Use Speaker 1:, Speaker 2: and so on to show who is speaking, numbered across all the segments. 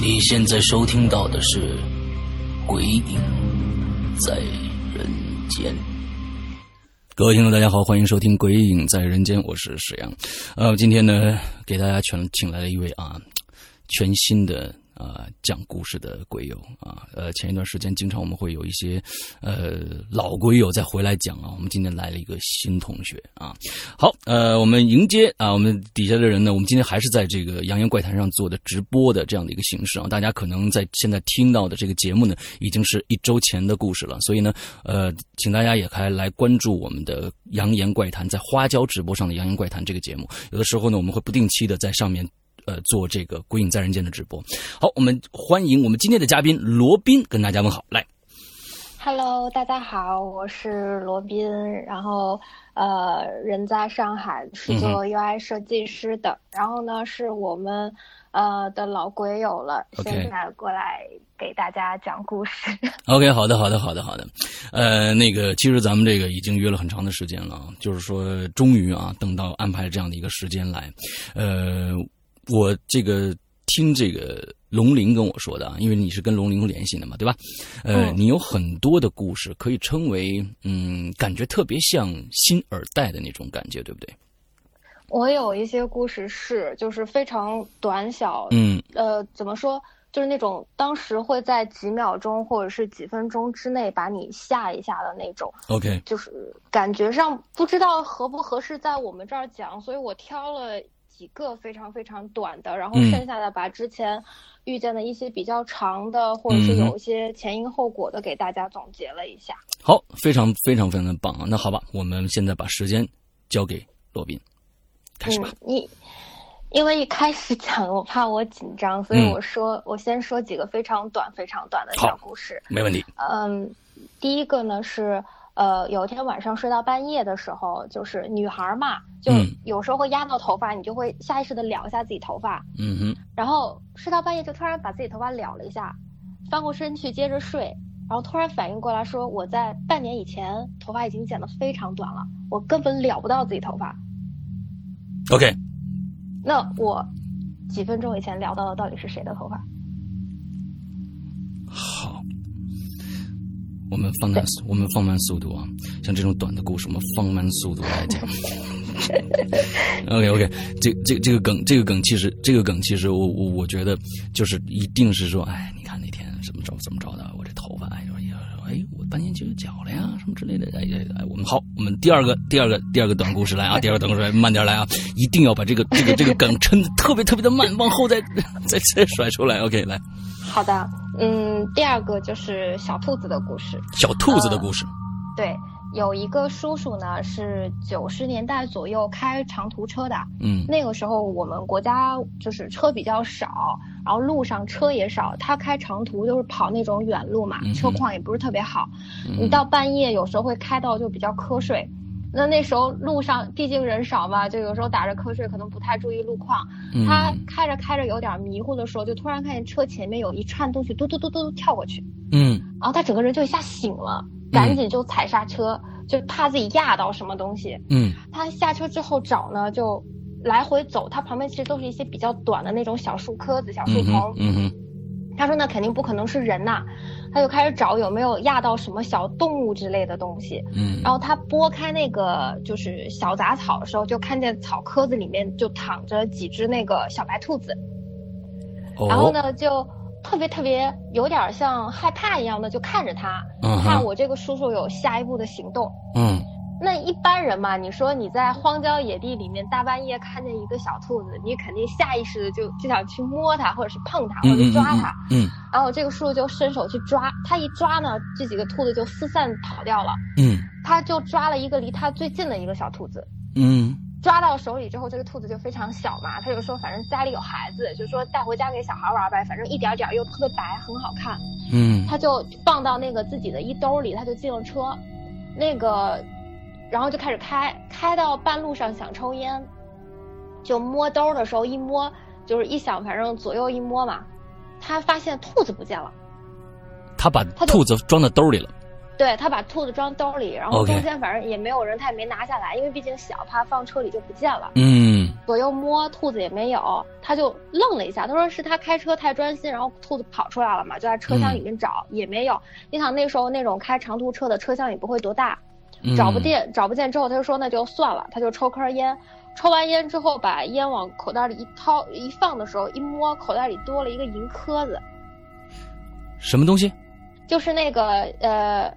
Speaker 1: 你现在收听到的是《鬼影在人间》。各位听众，大家好，欢迎收听《鬼影在人间》，我是史阳。呃，今天呢，给大家全请来了一位啊，全新的啊、讲故事的鬼友啊。呃，前一段时间经常我们会有一些呃老鬼友再回来讲啊，我们今天来了一个新同学啊。好，呃，我们迎接啊，我们底下的人呢，我们今天还是在这个《扬言怪谈》上做的直播的这样的一个形式啊。大家可能在现在听到的这个节目呢，已经是一周前的故事了，所以呢，呃，请大家也还来关注我们的《扬言怪谈》在花椒直播上的《扬言怪谈》这个节目。有的时候呢，我们会不定期的在上面。呃，做这个《鬼影在人间》的直播。好，我们欢迎我们今天的嘉宾罗宾跟大家问好，来，
Speaker 2: Hello，大家好，我是罗宾，然后呃，人在上海，
Speaker 1: 嗯
Speaker 2: 是做 UI 设计师的，然后呢是我们呃的老鬼友了
Speaker 1: OK
Speaker 2: 现在过来给大家讲故事。
Speaker 1: OK，好的，好的，好的，好的。呃，那个，其实咱们这个已经约了很长的时间了啊，就是说，终于啊，等到安排这样的一个时间来。呃，我这个听这个龙鳞跟我说的，啊，因为你是跟龙鳞联系的嘛，对吧？呃，
Speaker 2: 嗯
Speaker 1: 你有很多的故事，可以称为嗯，感觉特别像新耳带的那种感觉，对不对？
Speaker 2: 我有一些故事是就是非常短小，
Speaker 1: 嗯
Speaker 2: 呃，怎么说？就是那种当时会在几秒钟或者是几分钟之内把你吓一下的那种，
Speaker 1: ，OK，
Speaker 2: 就是感觉上不知道合不合适在我们这儿讲，所以我挑了几个非常非常短的，然后
Speaker 1: 嗯
Speaker 2: 剩下的把之前遇见的一些比较长的，或者是
Speaker 1: 嗯哼
Speaker 2: 有一些前因后果的给大家总结了一下。
Speaker 1: 好，非常非常非常的棒啊！那好吧，我们现在把时间交给罗宾，开始吧。
Speaker 2: 嗯，你因为一开始讲我怕我紧张，所以
Speaker 1: 嗯
Speaker 2: 我说、我先说几个非常短、非常短的
Speaker 1: 好
Speaker 2: 小故事。
Speaker 1: 没问题。
Speaker 2: 嗯，第一个呢是，呃，有一天晚上睡到半夜的时候，就是女孩儿嘛，就
Speaker 1: 嗯
Speaker 2: 有时候会压到头发，你就会下意识的撩一下自己头发，
Speaker 1: 嗯哼，
Speaker 2: 然后睡到半夜就突然把自己头发撩了一下，翻过身去接着睡，然后突然反应过来说，我在半年以前头发已经剪得非常短了，我根本撩不到自己头发。
Speaker 1: OK，
Speaker 2: 那我几分钟以前撩到的到底是谁的头发？
Speaker 1: 好，我们放慢，我们放慢速度啊！像这种短的故事，我们放慢速度来讲。OK OK，这这这个梗，这个梗其实这个梗其实我我我觉得就是一定是说，哎，你看那天怎么着怎么着的，我这头发，哎，说哎，我半年就绞了呀，什么之类的，哎哎哎，我们好，我们第二个第二个第二个短故事来啊，第二个短故事来，慢点来啊，一定要把这个这个这个梗抻的特别特别的慢，往后再再再甩出来。OK，来，
Speaker 2: 好的，嗯，第二个就是小兔子的故事。
Speaker 1: 小兔子的故事，
Speaker 2: 对，有一个叔叔呢，是九十年代左右开长途车的。
Speaker 1: 嗯
Speaker 2: 那个时候我们国家就是车比较少，然后路上车也少，他开长途就是跑那种远路嘛
Speaker 1: 嗯，
Speaker 2: 车况也不是特别好。你
Speaker 1: 嗯。
Speaker 2: 到半夜有时候会开到就比较瞌睡。那那时候路上毕竟人少嘛，就有时候打着瞌睡，可能不太注意路况。
Speaker 1: 嗯
Speaker 2: 他开着开着有点迷糊的时候，就突然看见车前面有一串东西嘟嘟嘟嘟嘟跳过去，
Speaker 1: 嗯
Speaker 2: 然后他整个人就一下醒了，赶紧就踩刹车，就怕自己压到什么东西。
Speaker 1: 嗯
Speaker 2: 他下车之后找呢，就来回走，他旁边其实都是一些比较短的那种小树棵子、小树
Speaker 1: 嗯
Speaker 2: 丛。
Speaker 1: 哼嗯哼
Speaker 2: 他说那肯定不可能是人呐、他就开始找有没有压到什么小动物之类的东西。
Speaker 1: 嗯，
Speaker 2: 然后他拨开那个就是小杂草的时候，就看见草窠子里面就躺着几只那个小白兔子，
Speaker 1: 哦
Speaker 2: 然后，呢就特别特别有点像害怕一样的就看着他，
Speaker 1: 嗯
Speaker 2: 看
Speaker 1: 哼
Speaker 2: 我这个叔叔有下一步的行动。
Speaker 1: 嗯
Speaker 2: 那一般人嘛，你说你在荒郊野地里面大半夜看见一个小兔子，你肯定下意识的就就想去摸它，或者是碰它，或者抓它。
Speaker 1: 嗯，嗯
Speaker 2: 然后这个叔叔就伸手去抓，他一抓呢，这几个兔子就四散跑掉了。
Speaker 1: 嗯，
Speaker 2: 他就抓了一个离他最近的一个小兔子。
Speaker 1: 嗯，
Speaker 2: 抓到手里之后，这个兔子就非常小嘛，他就说反正家里有孩子，就说带回家给小孩玩呗，反正一点点又特别白，很好看。
Speaker 1: 嗯，
Speaker 2: 他就放到那个自己的衣兜里，他就进了车，那个。然后就开始开，开到半路上想抽烟，就摸兜的时候一摸，就是一想，反正左右一摸嘛，他发现兔子不见了。
Speaker 1: 他把兔子装到兜里了。
Speaker 2: 对他把兔子装兜里，然后中间反正也没有人，他也没拿下来，因为毕竟小，怕放车里就不见了。
Speaker 1: 嗯。
Speaker 2: 左右摸兔子也没有，他就愣了一下，他说是他开车太专心，然后兔子跑出来了嘛，就在车厢里面找、
Speaker 1: 嗯、
Speaker 2: 也没有。你想那时候那种开长途车的车厢也不会多大。
Speaker 1: 嗯、
Speaker 2: 找不见，找不见之后，他就说那就算了，他就抽根烟，抽完烟之后，把烟往口袋里一掏一放的时候，一摸口袋里多了一个银颗子，
Speaker 1: 什么东西？
Speaker 2: 就是那个呃，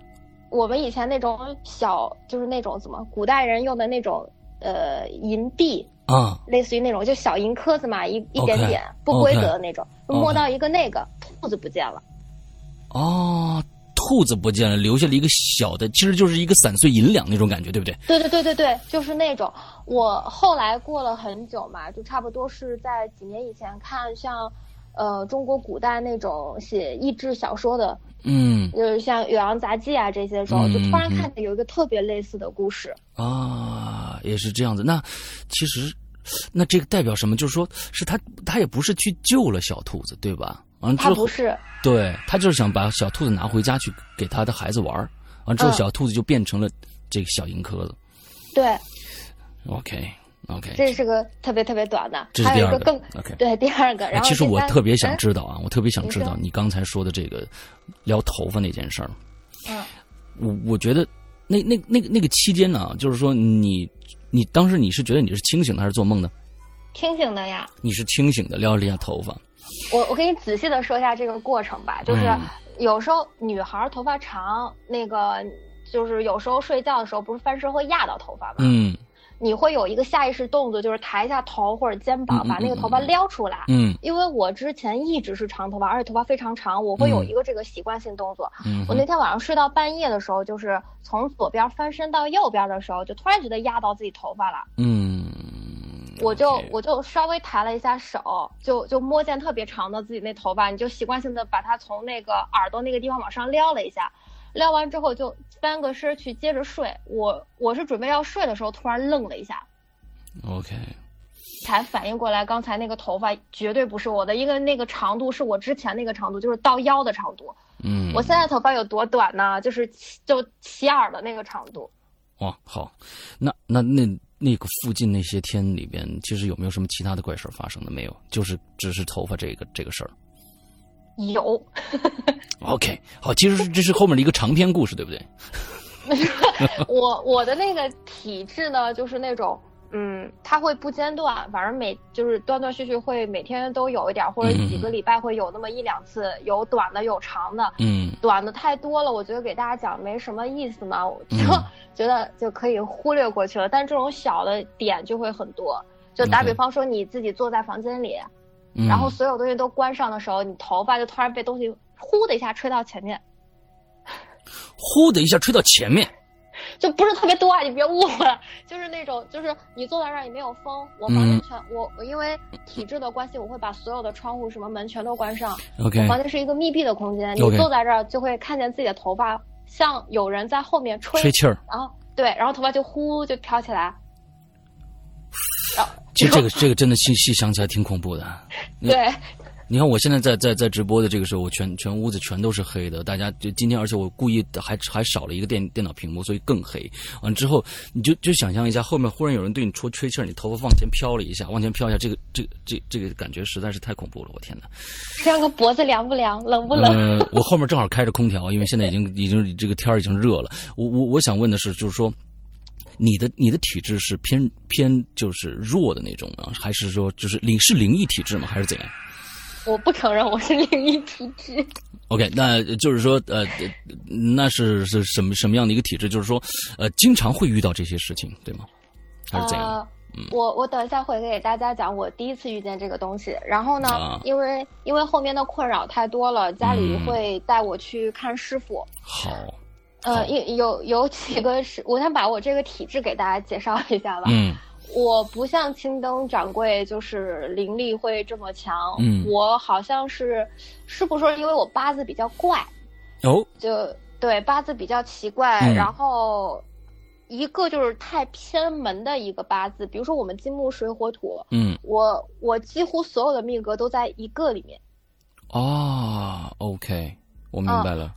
Speaker 2: 我们以前那种小，就是那种怎么古代人用的那种呃银币
Speaker 1: 啊，
Speaker 2: 类似于那种就小银颗子嘛，一一点点不规则的那种，摸到一个那个兔子不见了。
Speaker 1: 哦。兔子不见了，留下了一个小的，其实就是一个散碎银两那种感觉，对不对？
Speaker 2: 对对对对对，就是那种。我后来过了很久嘛，就差不多是在几年以前看像，呃，中国古代那种写益智小说的，
Speaker 1: 嗯，
Speaker 2: 就是像《酉阳杂记》啊这些时候，
Speaker 1: 嗯、
Speaker 2: 就突然看见有一个特别类似的故事
Speaker 1: 啊，也是这样子。那其实，那这个代表什么？就是说，是他他也不是去救了小兔子，对吧？完之后，
Speaker 2: 他不是，
Speaker 1: 对他就是想把小兔子拿回家去给他的孩子玩儿。完
Speaker 2: 嗯
Speaker 1: 之后，小兔子就变成了这个小银颗子。
Speaker 2: 对
Speaker 1: ，OK OK，
Speaker 2: 这是个特别特别短的，
Speaker 1: 这是
Speaker 2: 还
Speaker 1: 第
Speaker 2: 有一
Speaker 1: 二
Speaker 2: 个
Speaker 1: 个
Speaker 2: 更
Speaker 1: OK
Speaker 2: 对第二个。然后
Speaker 1: 其实我
Speaker 2: 第三
Speaker 1: 特别想
Speaker 2: 哎
Speaker 1: 知道啊，我特别想知道
Speaker 2: 你说
Speaker 1: 你刚才说的这个撩头发那件事儿。
Speaker 2: 嗯，
Speaker 1: 我我觉得那那那个那个期间呢、就是说你你当时你是觉得你是清醒的还是做梦的？
Speaker 2: 清醒的呀。
Speaker 1: 你是清醒的，撩了一下头发。
Speaker 2: 我我给你仔细的说一下这个过程吧，就是
Speaker 1: 嗯
Speaker 2: 有时候女孩儿头发长，那个就是有时候睡觉的时候不是翻身会压到头发吗？
Speaker 1: 嗯
Speaker 2: 你会有一个下意识动作，就是抬一下头或者肩膀，
Speaker 1: 嗯嗯
Speaker 2: 把那个头发撩出来。
Speaker 1: 嗯
Speaker 2: 因为我之前一直是长头发，而且头发非常长，我会有
Speaker 1: 嗯
Speaker 2: 一个这个习惯性动作。
Speaker 1: 嗯，
Speaker 2: 我那天晚上睡到半夜的时候，就是从左边翻身到右边的时候，就突然觉得压到自己头发了。
Speaker 1: 嗯，
Speaker 2: 我就
Speaker 1: OK
Speaker 2: 我就稍微抬了一下手，就就摸见特别长的自己那头发，你就习惯性的把它从那个耳朵那个地方往上撩了一下，撩完之后就翻个身去接着睡。我我是准备要睡的时候，突然愣了一下，
Speaker 1: OK，
Speaker 2: 才反应过来刚才那个头发绝对不是我的，因为那个长度是我之前那个长度，就是到腰的长度。
Speaker 1: 嗯，
Speaker 2: 我现在头发有多短呢？就是齐就齐耳的那个长度。
Speaker 1: 哇好，那那那那个附近那些天里边，其实有没有什么其他的怪事儿发生的？没有，就是只是头发这个这个事儿。
Speaker 2: 有，
Speaker 1: OK，好，其实是这是后面的一个长篇故事，对不对？
Speaker 2: 我我的那个体质呢，就是那种，嗯，它会不间断，反正每就是断断续续会每天都有一点儿，或者
Speaker 1: 嗯
Speaker 2: 几个礼拜会有那么一两次，有短的有长的。
Speaker 1: 嗯
Speaker 2: 短的太多了，我觉得给大家讲没什么意思嘛，我就
Speaker 1: 嗯
Speaker 2: 觉得就可以忽略过去了。但这种小的点就会很多，就打
Speaker 1: OK
Speaker 2: 比方说你自己坐在房间里，
Speaker 1: 嗯，
Speaker 2: 然后所有东西都关上的时候，你头发就突然被东西呼的一下吹到前面，
Speaker 1: 呼的一下吹到前面。
Speaker 2: 就不是特别多啊，你别误会，就是那种，就是你坐在那儿也没有风，我房间全、我我因为体质的关系，我会把所有的窗户什么门全都关上，
Speaker 1: OK，
Speaker 2: 房间是一个密闭的空间，你
Speaker 1: 哎 OK
Speaker 2: 坐在这儿就会看见自己的头发像有人在后面吹，
Speaker 1: 吹气儿。
Speaker 2: 然后对，然后头发就呼就飘起来，然后
Speaker 1: 其实这个这个真的细细想起来挺恐怖的。啊你
Speaker 2: 对
Speaker 1: 你看我现在在在在直播的这个时候，我全全屋子全都是黑的，大家就今天，而且我故意还还少了一个电电脑屏幕，所以更黑。完之后，你就就想象一下，后面忽然有人对你吹吹气儿，你头发往前飘了一下，往前飘一下，这个这个这个这个感觉实在是太恐怖了，我天哪！
Speaker 2: 这样个脖子凉不凉，冷不冷？
Speaker 1: 呃，我后面正好开着空调，因为现在已经已经这个天儿已经热了。我我我想问的是，就是说，你的你的体质是偏偏就是弱的那种啊，还是说就是灵是灵异体质吗？还是怎样？
Speaker 2: 我不承认我是 灵异体质。
Speaker 1: OK，那就是说，呃，那是是什么什么样的一个体质？就是说，呃，经常会遇到这些事情，对吗？还是怎样？嗯
Speaker 2: 呃我我等一下会给大家讲我第一次遇见这个东西，然后呢，
Speaker 1: 啊嗯
Speaker 2: 因为因为后面的困扰太多了，家里会带我去看师傅，
Speaker 1: 好，好
Speaker 2: 呃，有有有几个是，我先把我这个体质给大家介绍一下吧。
Speaker 1: 嗯
Speaker 2: 我不像青灯掌柜，就是灵力会这么强，
Speaker 1: 嗯
Speaker 2: 我好像是师傅说，因为我八字比较怪，
Speaker 1: 哦，
Speaker 2: 就对八字比较奇怪，
Speaker 1: 嗯
Speaker 2: 然后一个就是太偏门的一个八字，比如说我们金木水火土，
Speaker 1: 嗯
Speaker 2: 我我几乎所有的命格都在一个里面。
Speaker 1: 啊，OK，我明白了，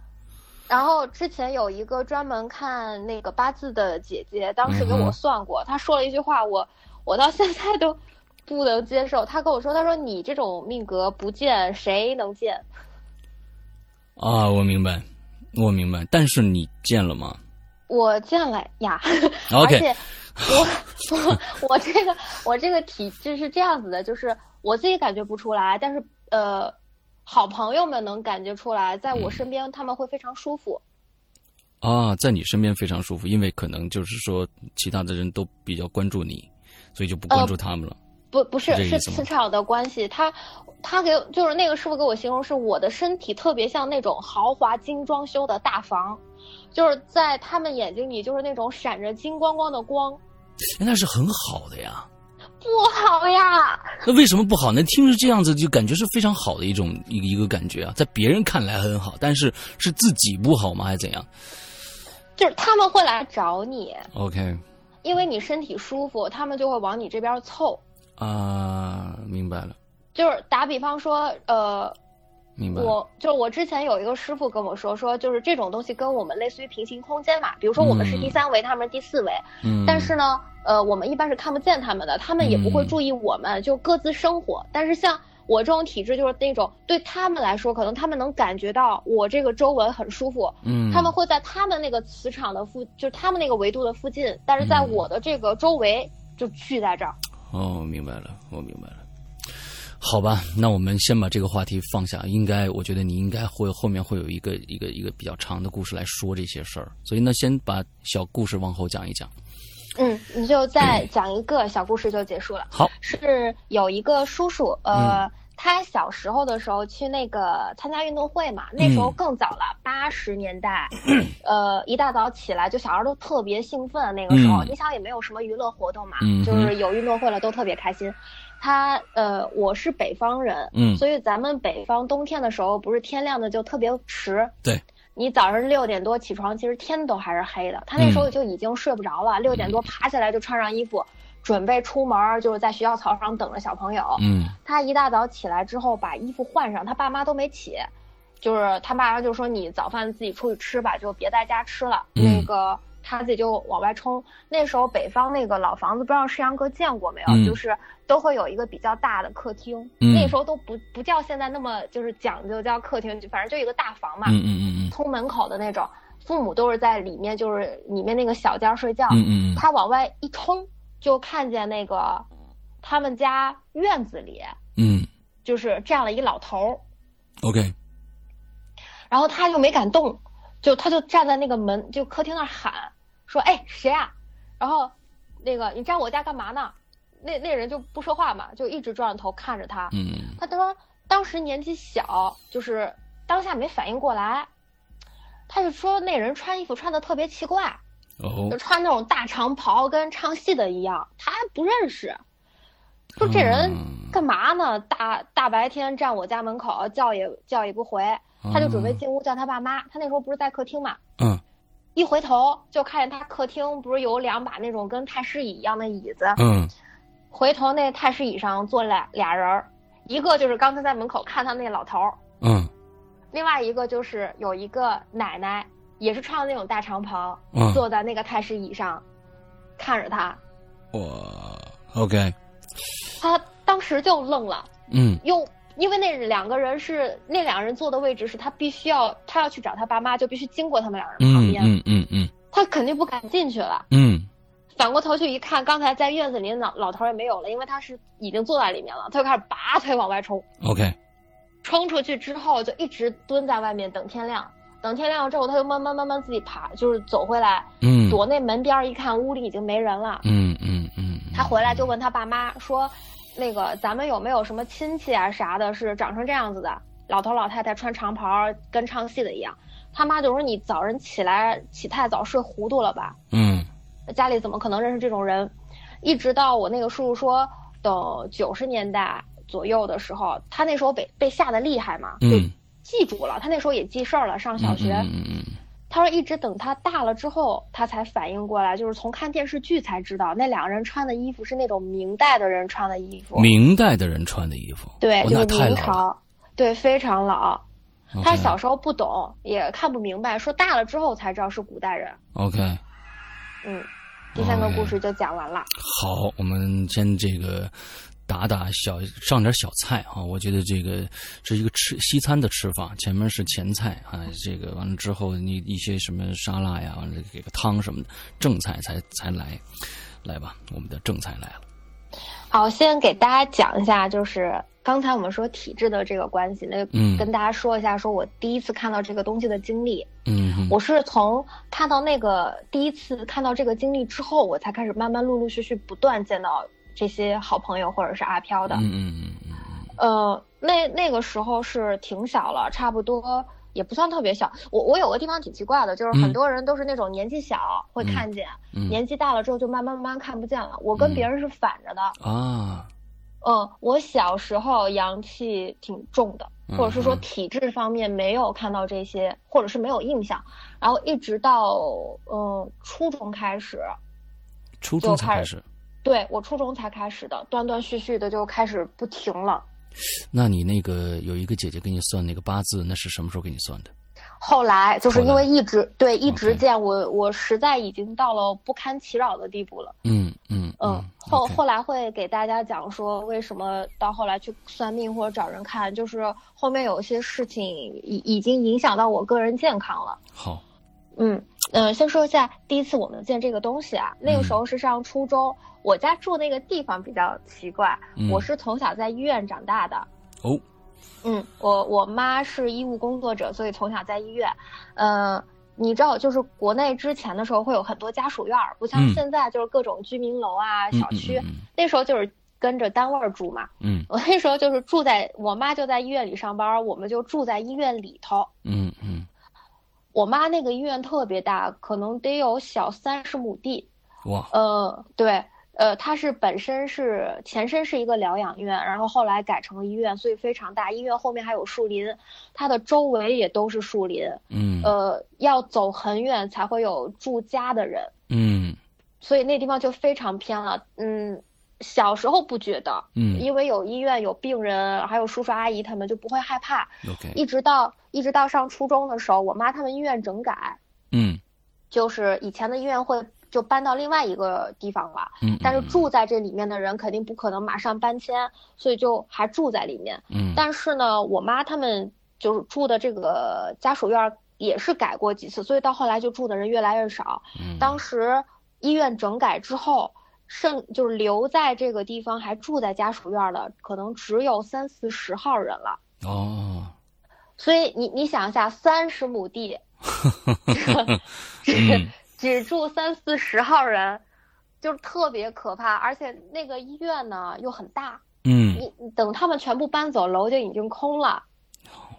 Speaker 2: 然后之前有一个专门看那个八字的姐姐，当时给
Speaker 1: 嗯
Speaker 2: 我
Speaker 1: 哼
Speaker 2: 算过，她说了一句话，我我到现在都不能接受。她跟我说，她说你这种命格不见谁能见？哦
Speaker 1: 啊，我明白，我明白。但是你见了吗
Speaker 2: 我见了呀
Speaker 1: OK
Speaker 2: 而且我 我我这个我这个体质是这样子的，就是我自己感觉不出来，但是呃，好朋友们能感觉出来，在我
Speaker 1: 嗯
Speaker 2: 身边他们会非常舒服。
Speaker 1: 啊，在你身边非常舒服，因为可能就是说其他的人都比较关注你，所以就不
Speaker 2: 哦
Speaker 1: 关注他们了。
Speaker 2: 不不是
Speaker 1: 是这个
Speaker 2: 是
Speaker 1: 意思吗
Speaker 2: 磁场的关系，他他给就是那个师傅给我形容是我的身体特别像那种豪华精装修的大房，就是在他们眼睛里就是那种闪着金光光的光，
Speaker 1: 哎那是很好的呀，
Speaker 2: 不好呀！
Speaker 1: 那为什么不好呢？听着这样子就感觉是非常好的一种一个一个感觉啊，在别人看来很好，但是是自己不好吗？还是怎样
Speaker 2: 就是他们会来找你，
Speaker 1: ？OK，
Speaker 2: 因为你身体舒服，他们就会往你这边凑。
Speaker 1: 啊，明白了，
Speaker 2: 就是打比方说，呃，
Speaker 1: 明白了。
Speaker 2: 我就是我之前有一个师傅跟我说，说就是这种东西跟我们类似于平行空间嘛，比如说我们是
Speaker 1: 嗯
Speaker 2: 第三维，他们是第四维，
Speaker 1: 嗯，
Speaker 2: 但是呢，呃，我们一般是看不见他们的，他们也不会
Speaker 1: 嗯
Speaker 2: 注意我们，就各自生活。但是像我这种体质，就是那种对他们来说，可能他们能感觉到我这个周围很舒服，
Speaker 1: 嗯，
Speaker 2: 他们会在他们那个磁场的附，就是他们那个维度的附近，但是在
Speaker 1: 嗯
Speaker 2: 我的这个周围就聚在这儿。
Speaker 1: 哦，明白了，我明白了。好吧，那我们先把这个话题放下。应该，我觉得你应该会后面会有一个一个一个比较长的故事来说这些事儿，所以呢，先把小故事往后讲一讲。
Speaker 2: 嗯，你就再讲一个小故事就结束了。
Speaker 1: 好，
Speaker 2: 是有一个叔叔，
Speaker 1: 嗯
Speaker 2: 呃，他小时候的时候去那个参加运动会
Speaker 1: 嗯
Speaker 2: 嘛，那时候更早了，八十 年代，呃，一大早起来就小孩儿都特别兴奋，那个时候、
Speaker 1: 嗯
Speaker 2: 你想也没有什么娱乐活动嘛，
Speaker 1: 嗯哼
Speaker 2: 就是有运动会了都特别开心。他呃，我是北方人，
Speaker 1: 嗯
Speaker 2: 所以咱们北方冬天的时候不是天亮的就特别迟，
Speaker 1: 对。
Speaker 2: 你早上六点多起床，其实天都还是黑
Speaker 1: 嗯
Speaker 2: 的。他那时候就已经睡不着了，六、点多爬起来就穿上衣服，准备出门儿，就是在学校操场等着小朋友。
Speaker 1: 嗯
Speaker 2: 他一大早起来之后，把衣服换上，他爸妈都没起，就是他爸妈就说你早饭自己出去吃吧，就别在家吃了。
Speaker 1: 嗯
Speaker 2: 那个他自己就往外冲。那时候北方那个老房子，不知道世阳哥见过没有，
Speaker 1: 嗯
Speaker 2: 就是都会有一个比较大的客厅，
Speaker 1: 嗯
Speaker 2: 那时候都不不叫现在那么就是讲究叫客厅，反正就一个大房嘛，
Speaker 1: 嗯嗯嗯
Speaker 2: 通门口的那种。父母都是在里面，就是里面那个小间儿睡觉。
Speaker 1: 嗯嗯嗯
Speaker 2: 他往外一冲，就看见那个他们家院子里
Speaker 1: 嗯
Speaker 2: 就是站了一老头儿，
Speaker 1: ，OK，
Speaker 2: 然后他就没敢动，就他就站在那个门就客厅那儿喊说：“哎，谁啊？”然后那个你站我家干嘛呢？那那人就不说话嘛，就一直转着头看着他。
Speaker 1: 嗯
Speaker 2: 他当当时年纪小，就是当下没反应过来，他就说那人穿衣服穿的特别奇怪，
Speaker 1: 哦
Speaker 2: 就，穿那种大长袍，跟唱戏的一样，他还不认识。说这人
Speaker 1: 嗯
Speaker 2: 干嘛呢？大大白天站我家门口，叫也叫也不回，他就准备进屋叫他爸妈。他那时候不是在客厅嘛，
Speaker 1: 嗯
Speaker 2: 一回头就看见他客厅不是有两把那种跟太师椅一样的椅子，
Speaker 1: 嗯
Speaker 2: 回头那太师椅上坐俩俩人儿，一个就是刚才在门口看他那老头儿，
Speaker 1: 嗯
Speaker 2: 另外一个就是有一个奶奶，也是穿的那种大长袍，
Speaker 1: 嗯，
Speaker 2: 坐在那个太师椅上，看着他，
Speaker 1: 我 OK，
Speaker 2: 他当时就愣了，
Speaker 1: 嗯
Speaker 2: 又因为那两个人是那两个人坐的位置是他必须要他要去找他爸妈，就必须经过他们两人旁
Speaker 1: 嗯
Speaker 2: 边，
Speaker 1: 嗯嗯嗯
Speaker 2: 他肯定不敢进去了。
Speaker 1: 嗯
Speaker 2: 反过头去一看，刚才在院子里的老老头儿也没有了，因为他是已经坐在里面了，他就开始拔腿往外冲。
Speaker 1: ，OK，
Speaker 2: 冲出去之后就一直蹲在外面等天亮，等天亮之后，他就慢慢慢慢自己爬，就是走回来，
Speaker 1: 嗯
Speaker 2: 躲那门边儿一看，屋里已经没人了。
Speaker 1: 嗯嗯嗯，
Speaker 2: 他回来就问他爸妈说：“那个咱们有没有什么亲戚啊啥的，是长成这样子的，老头老太太穿长袍儿，跟唱戏的一样。”他妈就说：“你早晨起来起太早，睡糊涂了吧？
Speaker 1: 嗯
Speaker 2: 家里怎么可能认识这种人？”一直到我那个叔叔说，等九十年代左右的时候，他那时候被被吓得厉害嘛，就
Speaker 1: 嗯，
Speaker 2: 记住了。他那时候也记事儿了，上小学。
Speaker 1: 嗯嗯
Speaker 2: 他说一直等他大了之后，他才反应过来，就是从看电视剧才知道那两个人穿的衣服是那种明代的人穿的衣服，
Speaker 1: 嗯，明代的人穿的衣服，
Speaker 2: 对，
Speaker 1: 哦
Speaker 2: 就
Speaker 1: 那
Speaker 2: 是
Speaker 1: 太老
Speaker 2: 明
Speaker 1: 了。哦
Speaker 2: 朝，对，非常老。他
Speaker 1: OK
Speaker 2: 小时候不懂，也看不明白，说大了之后才知道是古代人。
Speaker 1: OK，
Speaker 2: 嗯，第三个
Speaker 1: 哎
Speaker 2: 故事就讲完了。
Speaker 1: 好，我们先这个打打小上点小菜啊，我觉得这个是一个吃西餐的吃法，前面是前菜啊，这个完了之后你一些什么沙拉呀，完了给个汤什么的，正菜才才来，来吧，我们的正菜来了，
Speaker 2: 好，先给大家讲一下，就是刚才我们说体制的这个关系，那
Speaker 1: 嗯
Speaker 2: 跟大家说一下，说我第一次看到这个东西的经历。
Speaker 1: 嗯哼
Speaker 2: 我是从看到那个第一次看到这个经历之后，我才开始慢慢陆陆续续不断见到这些好朋友或者是阿飘的。
Speaker 1: 嗯嗯嗯
Speaker 2: 呃，那那个时候是挺小了，差不多也不算特别小。我我有个地方挺奇怪的，就是
Speaker 1: 嗯
Speaker 2: 很多人都是那种年纪小会看见，
Speaker 1: 嗯嗯
Speaker 2: 年纪大了之后就慢慢慢慢看不见了。我跟别人是反着的。
Speaker 1: 啊，
Speaker 2: 嗯，我小时候阳气挺重的，
Speaker 1: 嗯
Speaker 2: 或者是说
Speaker 1: 嗯
Speaker 2: 体质方面没有看到这些，或者是没有印象。然后一直到嗯初中开始，
Speaker 1: 初中才开始，
Speaker 2: 对我初中才开始的，断断续续的就开始不停了。
Speaker 1: 那你那个有一个姐姐给你算那个八字，那是什么时候给你算的？
Speaker 2: 后来就是因
Speaker 1: 后来
Speaker 2: 为一直对一
Speaker 1: OK
Speaker 2: 直见我，我实在已经到了不堪其扰的地步了。
Speaker 1: 嗯嗯
Speaker 2: 嗯，后
Speaker 1: OK
Speaker 2: 后来会给大家讲说为什么到后来去算命或者找人看，就是后面有些事情已已经影响到我个人健康了。
Speaker 1: 好，
Speaker 2: 嗯嗯、呃先说一下第一次我们见这个东西啊，那个时
Speaker 1: 嗯
Speaker 2: 候是上初中，我家住那个地方比较奇怪，
Speaker 1: 嗯
Speaker 2: 我是从小在医院长大的。
Speaker 1: 哦，
Speaker 2: 嗯，我我妈是医务工作者，所以从小在医院。呃，你知道，就是国内之前的时候会有很多家属院儿，不像
Speaker 1: 嗯
Speaker 2: 现在就是各种居民楼啊、
Speaker 1: 嗯
Speaker 2: 小区，
Speaker 1: 嗯
Speaker 2: 那时候就是跟着单位儿住嘛。
Speaker 1: 嗯
Speaker 2: 我那时候就是住在我妈就在医院里上班儿，我们就住在医院里头。
Speaker 1: 嗯嗯
Speaker 2: 我妈那个医院特别大，可能得有小三十亩地。
Speaker 1: 嗯，哇，
Speaker 2: 呃，对，呃，它是本身是前身是一个疗养院，然后后来改成了医院，所以非常大。医院后面还有树林，它的周围也都是树林。
Speaker 1: 嗯
Speaker 2: 呃，要走很远才会有住家的人，
Speaker 1: 嗯
Speaker 2: 所以那地方就非常偏了。嗯，小时候不觉得，
Speaker 1: 嗯
Speaker 2: 因为有医院、有病人，还有叔叔阿姨，他们就不会害怕。
Speaker 1: ，OK，
Speaker 2: 一直到一直到上初中的时候，我妈他们医院整改，
Speaker 1: 嗯
Speaker 2: 就是以前的医院会就搬到另外一个地方了。
Speaker 1: 嗯，
Speaker 2: 但是住在这里面的人肯定不可能马上搬迁，所以就还住在里面。
Speaker 1: 嗯，
Speaker 2: 但是呢，我妈他们就是住的这个家属院儿也是改过几次，所以到后来就住的人越来越少。
Speaker 1: 嗯
Speaker 2: 当时医院整改之后，剩就是留在这个地方还住在家属院儿的，可能只有三四十号人了。
Speaker 1: 哦，
Speaker 2: 所以你你想一下，三十亩地，只
Speaker 1: 嗯
Speaker 2: 只住三四十号人，就是特别可怕。而且那个医院呢又很大，
Speaker 1: 嗯，
Speaker 2: 你你等他们全部搬走，楼就已经空了。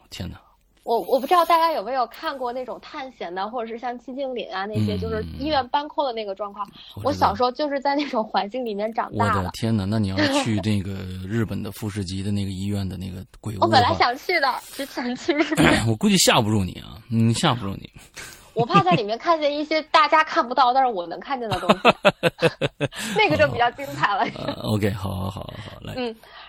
Speaker 1: 天哪，
Speaker 2: 我我不知道大家有没有看过那种探险的，或者是像寂静岭啊那些，
Speaker 1: 嗯
Speaker 2: 就是医院搬空的那个状况。我
Speaker 1: 我
Speaker 2: 小时
Speaker 1: 候
Speaker 2: 候就是在那种环境里面长
Speaker 1: 我
Speaker 2: 大
Speaker 1: 的
Speaker 2: 的。
Speaker 1: 天哪，那你要 去那个日本的富士急的那个医院的那个鬼屋，
Speaker 2: 我本来，想去的，只想 去日本，
Speaker 1: 我估计吓不住你啊，嗯，吓不住你，
Speaker 2: 我怕在里面看见一些大家看不到，但是我能看见的东 西，那个就比较精彩了。
Speaker 1: 呃，OK，好好好好，来，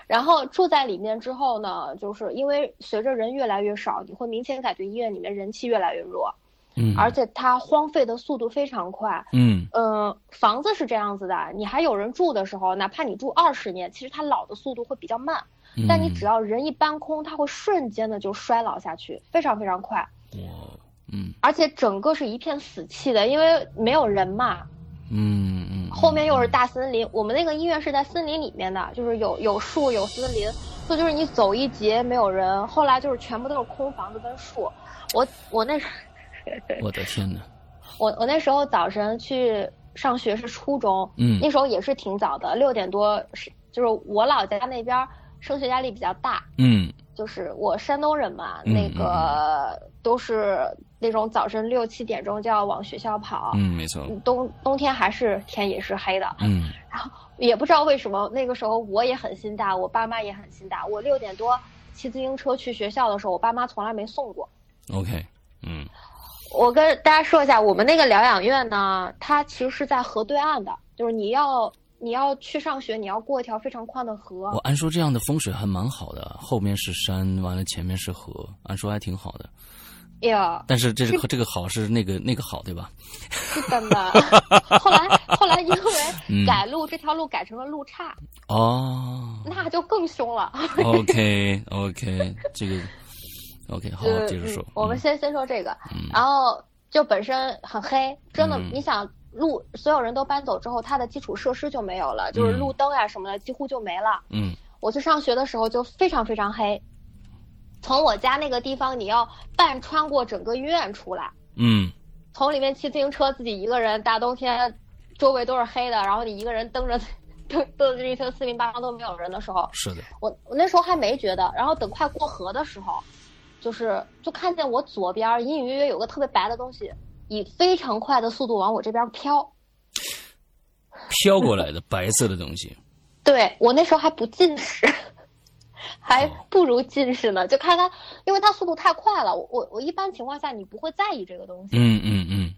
Speaker 2: 然后住在里面之后呢，就是因为随着人越来越少，你会明显感觉医院里面人气越来越弱，
Speaker 1: 嗯，
Speaker 2: 而且它荒废的速度非常快。
Speaker 1: 嗯
Speaker 2: 呃，房子是这样子的，你还有人住的时候，哪怕你住二十年，其实它老的速度会比较慢，
Speaker 1: 嗯，
Speaker 2: 但你只要人一搬空，它会瞬间的就衰老下去，非常非常快。
Speaker 1: 我，嗯
Speaker 2: 而且整个是一片死气的，因为没有人嘛，
Speaker 1: 嗯嗯，
Speaker 2: 后面又是大森林，我们那个医院是在森林里面的，就是有有树有森林，这就是你走一节没有人，后来就是全部都是空房子跟树。我我那时，
Speaker 1: 我的天哪！
Speaker 2: 我我那时候早晨去上学是初中，
Speaker 1: 嗯
Speaker 2: 那时候也是挺早的，六点多是就是我老家那边儿升学压力比较大，
Speaker 1: 嗯
Speaker 2: 就是我山东人嘛，
Speaker 1: 嗯
Speaker 2: 那个都是那种早晨六七点钟就要往学校跑，
Speaker 1: 嗯，没错，
Speaker 2: 冬冬天还是天也是黑的，
Speaker 1: 嗯
Speaker 2: 也不知道为什么那个时候我也很心大，我爸妈也很心大。我六点多骑自行车去学校的时候，我爸妈从来没送过。
Speaker 1: ，OK，嗯
Speaker 2: 我跟大家说一下，我们那个疗养院呢，它其实是在河对岸的，就是你要你要去上学，你要过一条非常宽的河
Speaker 1: 我。按说这样的风水还蛮好的，后面是山，完了前面是河，按说还挺好的。
Speaker 2: 哎呀，
Speaker 1: 但是这 个这个好是那个那个好对吧？
Speaker 2: 是真的。 后来后来因
Speaker 1: 嗯
Speaker 2: 为改路，这条路改成了路岔，
Speaker 1: 哦
Speaker 2: 那就更凶了。
Speaker 1: ，OK OK，这个 OK 好，
Speaker 2: 就是
Speaker 1: 接着说
Speaker 2: 嗯。我们
Speaker 1: 嗯
Speaker 2: 先先说这个，
Speaker 1: 嗯
Speaker 2: 然后就本身很黑，真的，
Speaker 1: 嗯
Speaker 2: 你想路所有人都搬走之后，它的基础设施就没有了，就是
Speaker 1: 嗯
Speaker 2: 路灯啊什么的几乎就没了。
Speaker 1: 嗯
Speaker 2: 我去上学的时候就非常非常黑，从我家那个地方你要半穿过整个医院出来，
Speaker 1: 嗯
Speaker 2: 从里面骑自行车自己一个人，大冬天周围都是黑的，然后你一个人蹬着。 蹬蹬着一车四零八方都没有人的时候，
Speaker 1: 是的，
Speaker 2: 我我那时候还没觉得，然后等快过河的时候，就是就看见我左边儿隐隐约约有个特别白的东西，以非常快的速度往我这边飘。
Speaker 1: 飘过来的 白色的东西，
Speaker 2: 对我那时候还不近视， 还不如近视呢，就看它，因为它速度太快了。我我我一般情况下你不会在意这个东西，
Speaker 1: 嗯嗯嗯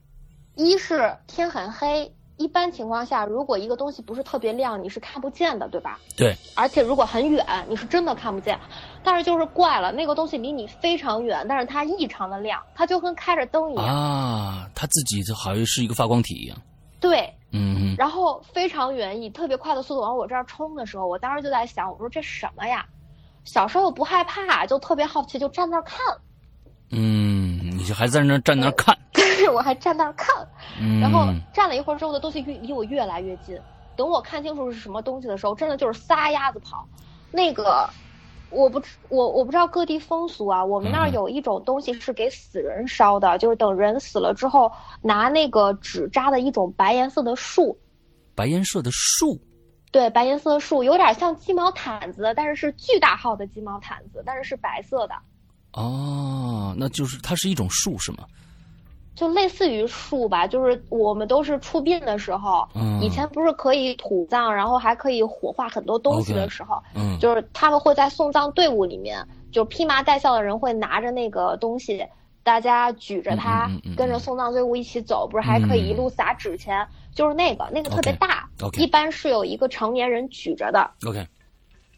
Speaker 2: 一是天很黑。一般情况下，如果一个东西不是特别亮，你是看不见的，对吧？
Speaker 1: 对，
Speaker 2: 而且如果很远，你是真的看不见。但是就是怪了，那个东西离你非常远，但是它异常的亮，它就跟开着灯一样。
Speaker 1: 啊，它自己就好像是一个发光体一样，
Speaker 2: 对，
Speaker 1: 嗯嗯
Speaker 2: 然后非常远，以特别快的速度往我这儿冲的时候，我当时就在想，我说这什么呀？小时候不害怕，就特别好奇，就站那儿看。
Speaker 1: 嗯，你就还在那儿站那儿看，
Speaker 2: 我还站那儿看，
Speaker 1: 嗯，
Speaker 2: 然后站了一会儿之后，那东西越离我越来越近。等我看清楚是什么东西的时候，真的就是撒丫子跑。那个，我不知我我不知道各地风俗啊，我们那儿
Speaker 1: 嗯
Speaker 2: 有一种东西是给死人烧的，就是等人死了之后，拿那个纸扎的一种白颜色的树，
Speaker 1: 白颜色的树，
Speaker 2: 对，白颜色的树，有点像鸡毛毯子，但是是巨大号的鸡毛毯子，但是是白色的，
Speaker 1: 哦，那就是它是一种树是吗？
Speaker 2: 就类似于树吧。就是我们都是出殡的时候，
Speaker 1: 嗯，
Speaker 2: 以前不是可以土葬，然后还可以火化很多东西
Speaker 1: OK
Speaker 2: 的时候
Speaker 1: 嗯
Speaker 2: 就是他们会在送葬队伍里面，就披麻戴孝的人会拿着那个东西，大家举着它，
Speaker 1: 嗯嗯嗯嗯嗯
Speaker 2: 跟着送葬队伍一起走，不是还可以一路撒纸钱，就是那个那个特别
Speaker 1: OK
Speaker 2: 大
Speaker 1: OK
Speaker 2: 一般是有一个成年人举着的，
Speaker 1: OK，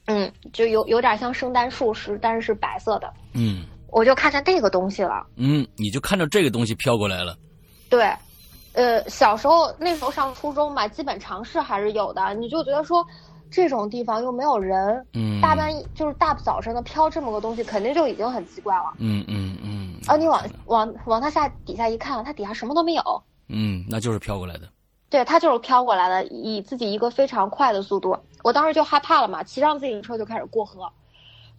Speaker 2: 嗯，就有有点像圣诞树是，但是是白色的，
Speaker 1: 嗯
Speaker 2: 我就看见那个东西了。
Speaker 1: 嗯，你就看到这个东西飘过来了，
Speaker 2: 对，呃，小时候那时候上初中嘛，基本常识还是有的。你就觉得说，这种地方又没有人，
Speaker 1: 嗯，
Speaker 2: 大半夜就是大早晨的飘这么个东西，肯定就已经很奇怪了。啊
Speaker 1: 嗯嗯嗯，
Speaker 2: 然后你往往往它下底下一看，它底下什么都没有，
Speaker 1: 嗯，那就是飘过来的，
Speaker 2: 对，它就是飘过来的，以自己一个非常快的速度。我当时就害怕了嘛，骑上自行车就开始过河，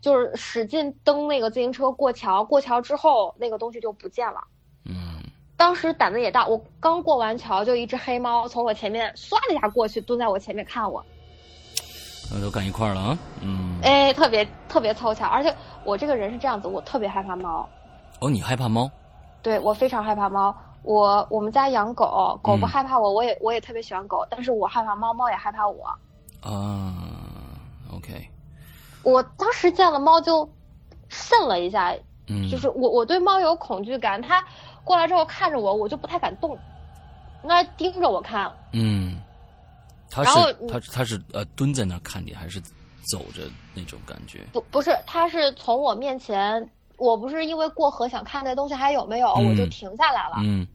Speaker 2: 就是使劲蹬那个自行车过桥，过桥之后那个东西就不见了。
Speaker 1: 嗯
Speaker 2: 当时胆子也大，我刚过完桥，就一只黑猫从我前面唰的一下过去，蹲在我前面看我，
Speaker 1: 那都干一块儿了啊，嗯，
Speaker 2: 哎，特别特别凑巧。而且我这个人是这样子，我特别害怕猫，
Speaker 1: 哦，你害怕猫？
Speaker 2: 对我非常害怕猫。我我们家养狗，狗不
Speaker 1: 嗯
Speaker 2: 害怕我，我也我也特别喜欢狗，但是我害怕猫，猫也害怕我。
Speaker 1: 啊，OK，
Speaker 2: 我当时见了猫就瘆了一下，
Speaker 1: 嗯，
Speaker 2: 就是我我对猫有恐惧感，它过来之后看着我，我就不太敢动，那盯着我看，
Speaker 1: 嗯，他
Speaker 2: 然后
Speaker 1: 是
Speaker 2: 你
Speaker 1: 他他是呃蹲在那儿看你，还是走着那种感觉？
Speaker 2: 不不是，他是从我面前，我不是因为过河想看那东西还有没有，
Speaker 1: 嗯
Speaker 2: 我就停下来了，
Speaker 1: 嗯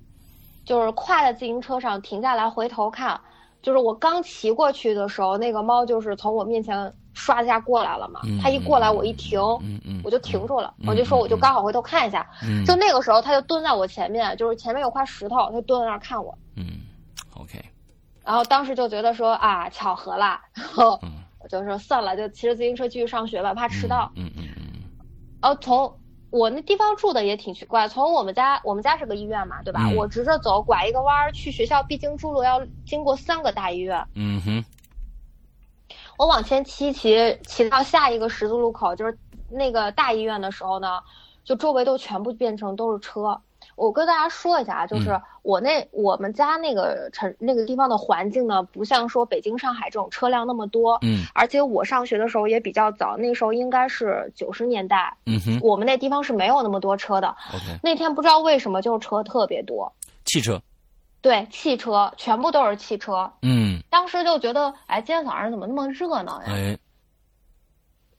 Speaker 2: 就是跨在自行车上停下来回头看，就是我刚骑过去的时候，那个猫就是从我面前刷一下过来了嘛，
Speaker 1: 嗯
Speaker 2: 它一过来我一停，
Speaker 1: 嗯嗯，
Speaker 2: 我就停住了，
Speaker 1: 嗯
Speaker 2: 我就说
Speaker 1: 嗯
Speaker 2: 我就刚好回头看一下，
Speaker 1: 嗯，
Speaker 2: 就那个时候它就蹲在我前面，就是前面有块石头，它蹲在那儿看我，
Speaker 1: 嗯，OK，
Speaker 2: 然后当时就觉得说啊巧合啦，然后
Speaker 1: 嗯
Speaker 2: 我就说算了，就骑着自行车继续上学吧，怕迟到。
Speaker 1: 嗯嗯嗯。
Speaker 2: 然后呃从我那地方住的也挺奇怪，从我们家，我们家是个医院嘛，对吧？
Speaker 1: 嗯
Speaker 2: 我直着走，拐一个弯儿去学校必经之路，要经过三个大医院。
Speaker 1: 嗯哼，
Speaker 2: 我往前骑骑骑到下一个十字路口，就是那个大医院的时候呢，就周围都全部变成都是车。我跟大家说一下啊，就是
Speaker 1: 嗯
Speaker 2: 我那、我们家那个城那个地方的环境呢，不像说北京、上海这种车辆那么多，
Speaker 1: 嗯
Speaker 2: 而且我上学的时候也比较早，那时候应该是九十年代，
Speaker 1: 嗯哼
Speaker 2: 我们那地方是没有那么多车的。
Speaker 1: ，OK，
Speaker 2: 那天不知道为什么就是车特别多，
Speaker 1: 汽车，
Speaker 2: 对，汽车全部都是汽车。
Speaker 1: 嗯，
Speaker 2: 当时就觉得，哎，今天早上怎么那么热闹呀？
Speaker 1: 哎，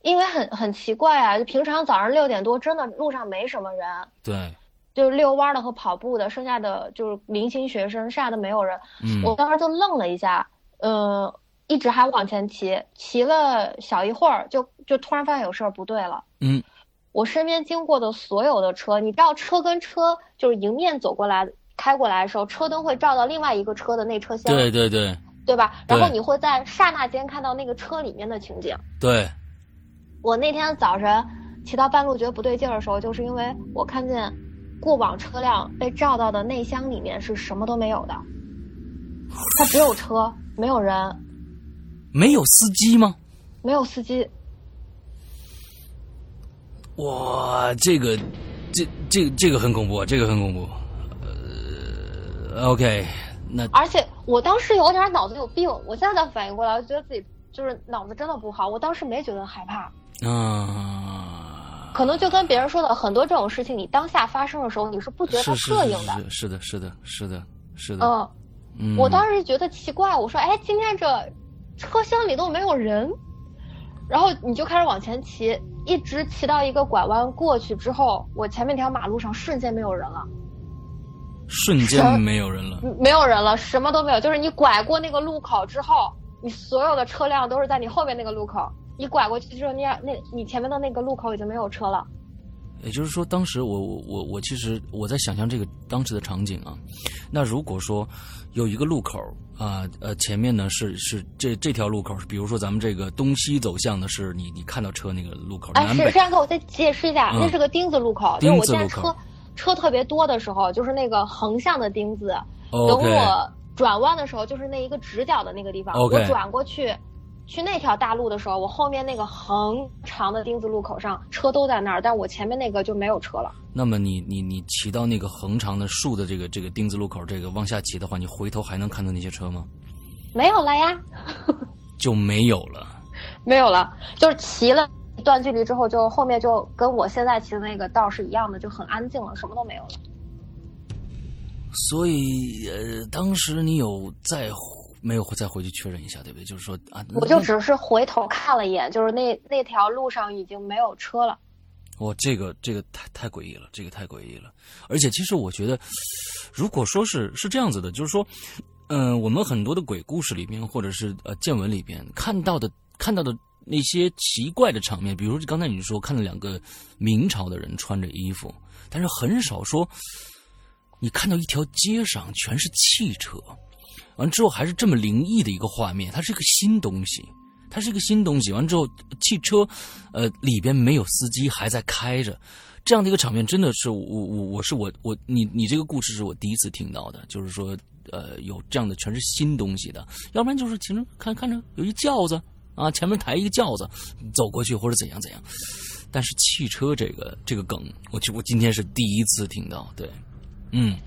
Speaker 2: 因为很很奇怪啊，就平常早上六点多，真的路上没什么人，
Speaker 1: 对，
Speaker 2: 就是遛弯儿的和跑步的，剩下的就是零星学生，剩下的没有人。
Speaker 1: 嗯，
Speaker 2: 我当时就愣了一下，嗯，一直还往前骑，骑了小一会儿，就就突然发现有事儿不对了。
Speaker 1: 嗯，
Speaker 2: 我身边经过的所有的车，你知道，车跟车就是迎面走过来。开过来的时候，车灯会照到另外一个车的内车厢，
Speaker 1: 对对对
Speaker 2: 对吧？然后
Speaker 1: 对
Speaker 2: 你会在刹那间看到那个车里面的情景。
Speaker 1: 对，
Speaker 2: 我那天早晨骑到半路觉得不对劲儿的时候，就是因为我看见过往车辆被照到的内箱里面是什么都没有的，它只有车，没有人，
Speaker 1: 没有司机吗？
Speaker 2: 没有司机。
Speaker 1: 哇，这个，这这这个很恐怖，啊这个很恐怖。呃，OK，那
Speaker 2: 而且我当时有点脑子有病，我现在才反应过来，我觉得自己就是脑子真的不好。我当时没觉得害怕，
Speaker 1: 啊，
Speaker 2: 可能就跟别人说的很多这种事情，你当下发生的时候你是不觉得它
Speaker 1: 是是
Speaker 2: 膈应
Speaker 1: 是
Speaker 2: 的。
Speaker 1: 是的，是的，是的，是的。
Speaker 2: 嗯，
Speaker 1: 嗯，
Speaker 2: 我当时觉得奇怪，我说：“哎，今天这车厢里都没有人。”然后你就开始往前骑，一直骑到一个拐弯过去之后，我前面一条马路上瞬间没有人了，
Speaker 1: 瞬间没有人了。
Speaker 2: 嗯没有人了，什么都没有。就是你拐过那个路口之后，你所有的车辆都是在你后面那个路口。你拐过去之后，那样那你前面的那个路口已经没有车了。
Speaker 1: 也就是说，当时我我我我其实我在想象这个当时的场景啊。那如果说有一个路口啊，呃，前面呢是是这这条路口，比如说咱们这个东西走向的是你你看到车那个路口，
Speaker 2: 哎，
Speaker 1: 南
Speaker 2: 是
Speaker 1: 北
Speaker 2: 这样哥，我再解释一下，
Speaker 1: 嗯
Speaker 2: 那是个丁字路口，就是
Speaker 1: 丁
Speaker 2: 我
Speaker 1: 字
Speaker 2: 现在
Speaker 1: 路口
Speaker 2: 车车特别多的时候，就是那个横向的丁字。等
Speaker 1: OK，
Speaker 2: 我转弯的时候，就是那一个直角的那个地方
Speaker 1: OK
Speaker 2: 我转过去去那条大路的时候，我后面那个横长的丁字路口上车都在那儿，但我前面那个就没有车了。
Speaker 1: 那么你你你骑到那个横长的竖的这个这个丁字路口，这个往下骑的话，你回头还能看到那些车吗？
Speaker 2: 没有了呀，
Speaker 1: 就没有了。
Speaker 2: 没有了，就是骑了一段距离之后，就后面就跟我现在骑的那个道是一样的，就很安静了，什么都没有了。
Speaker 1: 嗯所以呃，当时你有再回没有再回去确认一下，对不对？就是说啊，
Speaker 2: 我就只是回头看了一眼，就是那那条路上已经没有车了。
Speaker 1: 我这个这个太太诡异了，这个太诡异了。而且其实我觉得，如果说是是这样子的，就是说，嗯、我们很多的鬼故事里面，或者是呃见闻里边看到的看到的那些奇怪的场面，比如刚才你说看了两个明朝的人穿着衣服，但是很少说你看到一条街上全是汽车，完之后还是这么灵异的一个画面，它是一个新东西。它是一个新东西。完之后，汽车，呃，里边没有司机，还在开着，这样的一个场面，真的是我我我是我我你你这个故事是我第一次听到的，就是说，呃，有这样的全是新东西的，要不然就是其实看看着有一轿子啊，前面抬一个轿子走过去或者怎样怎样，但是汽车这个这个梗，我就我今天是第一次听到，对，嗯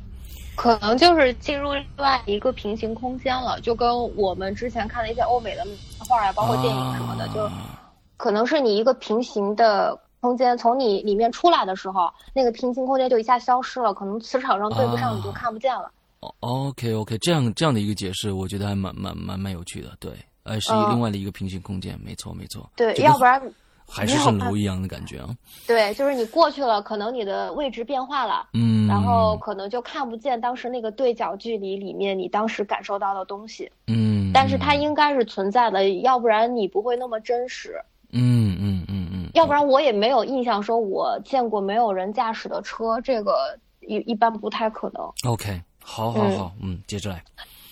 Speaker 2: 可能就是进入另外一个平行空间了，就跟我们之前看的一些欧美的漫画啊，包括电影什么的，就
Speaker 1: 啊
Speaker 2: 可能是你一个平行的空间，从你里面出来的时候，那个平行空间就一下消失了，可能磁场上对不上，
Speaker 1: 啊
Speaker 2: 你就看不见了。
Speaker 1: 哦 OK OK，这样这样的一个解释，我觉得还蛮蛮蛮蛮有趣的。对，呃，是
Speaker 2: 嗯
Speaker 1: 另外的一个平行空间，没错没错。
Speaker 2: 对，
Speaker 1: 这个
Speaker 2: 要不然
Speaker 1: 还是圣楼一样的感觉啊。
Speaker 2: 对，就是你过去了，可能你的位置变化了。
Speaker 1: 嗯，
Speaker 2: 然后可能就看不见当时那个对角距离里面你当时感受到的东西，
Speaker 1: 嗯，
Speaker 2: 但是它
Speaker 1: 嗯
Speaker 2: 应该是存在的，要不然你不会那么真实，
Speaker 1: 嗯嗯嗯嗯，
Speaker 2: 要不然我也没有印象说我见过没有人驾驶的车，这个一一般不太可能。
Speaker 1: OK，好好好，嗯，接着来，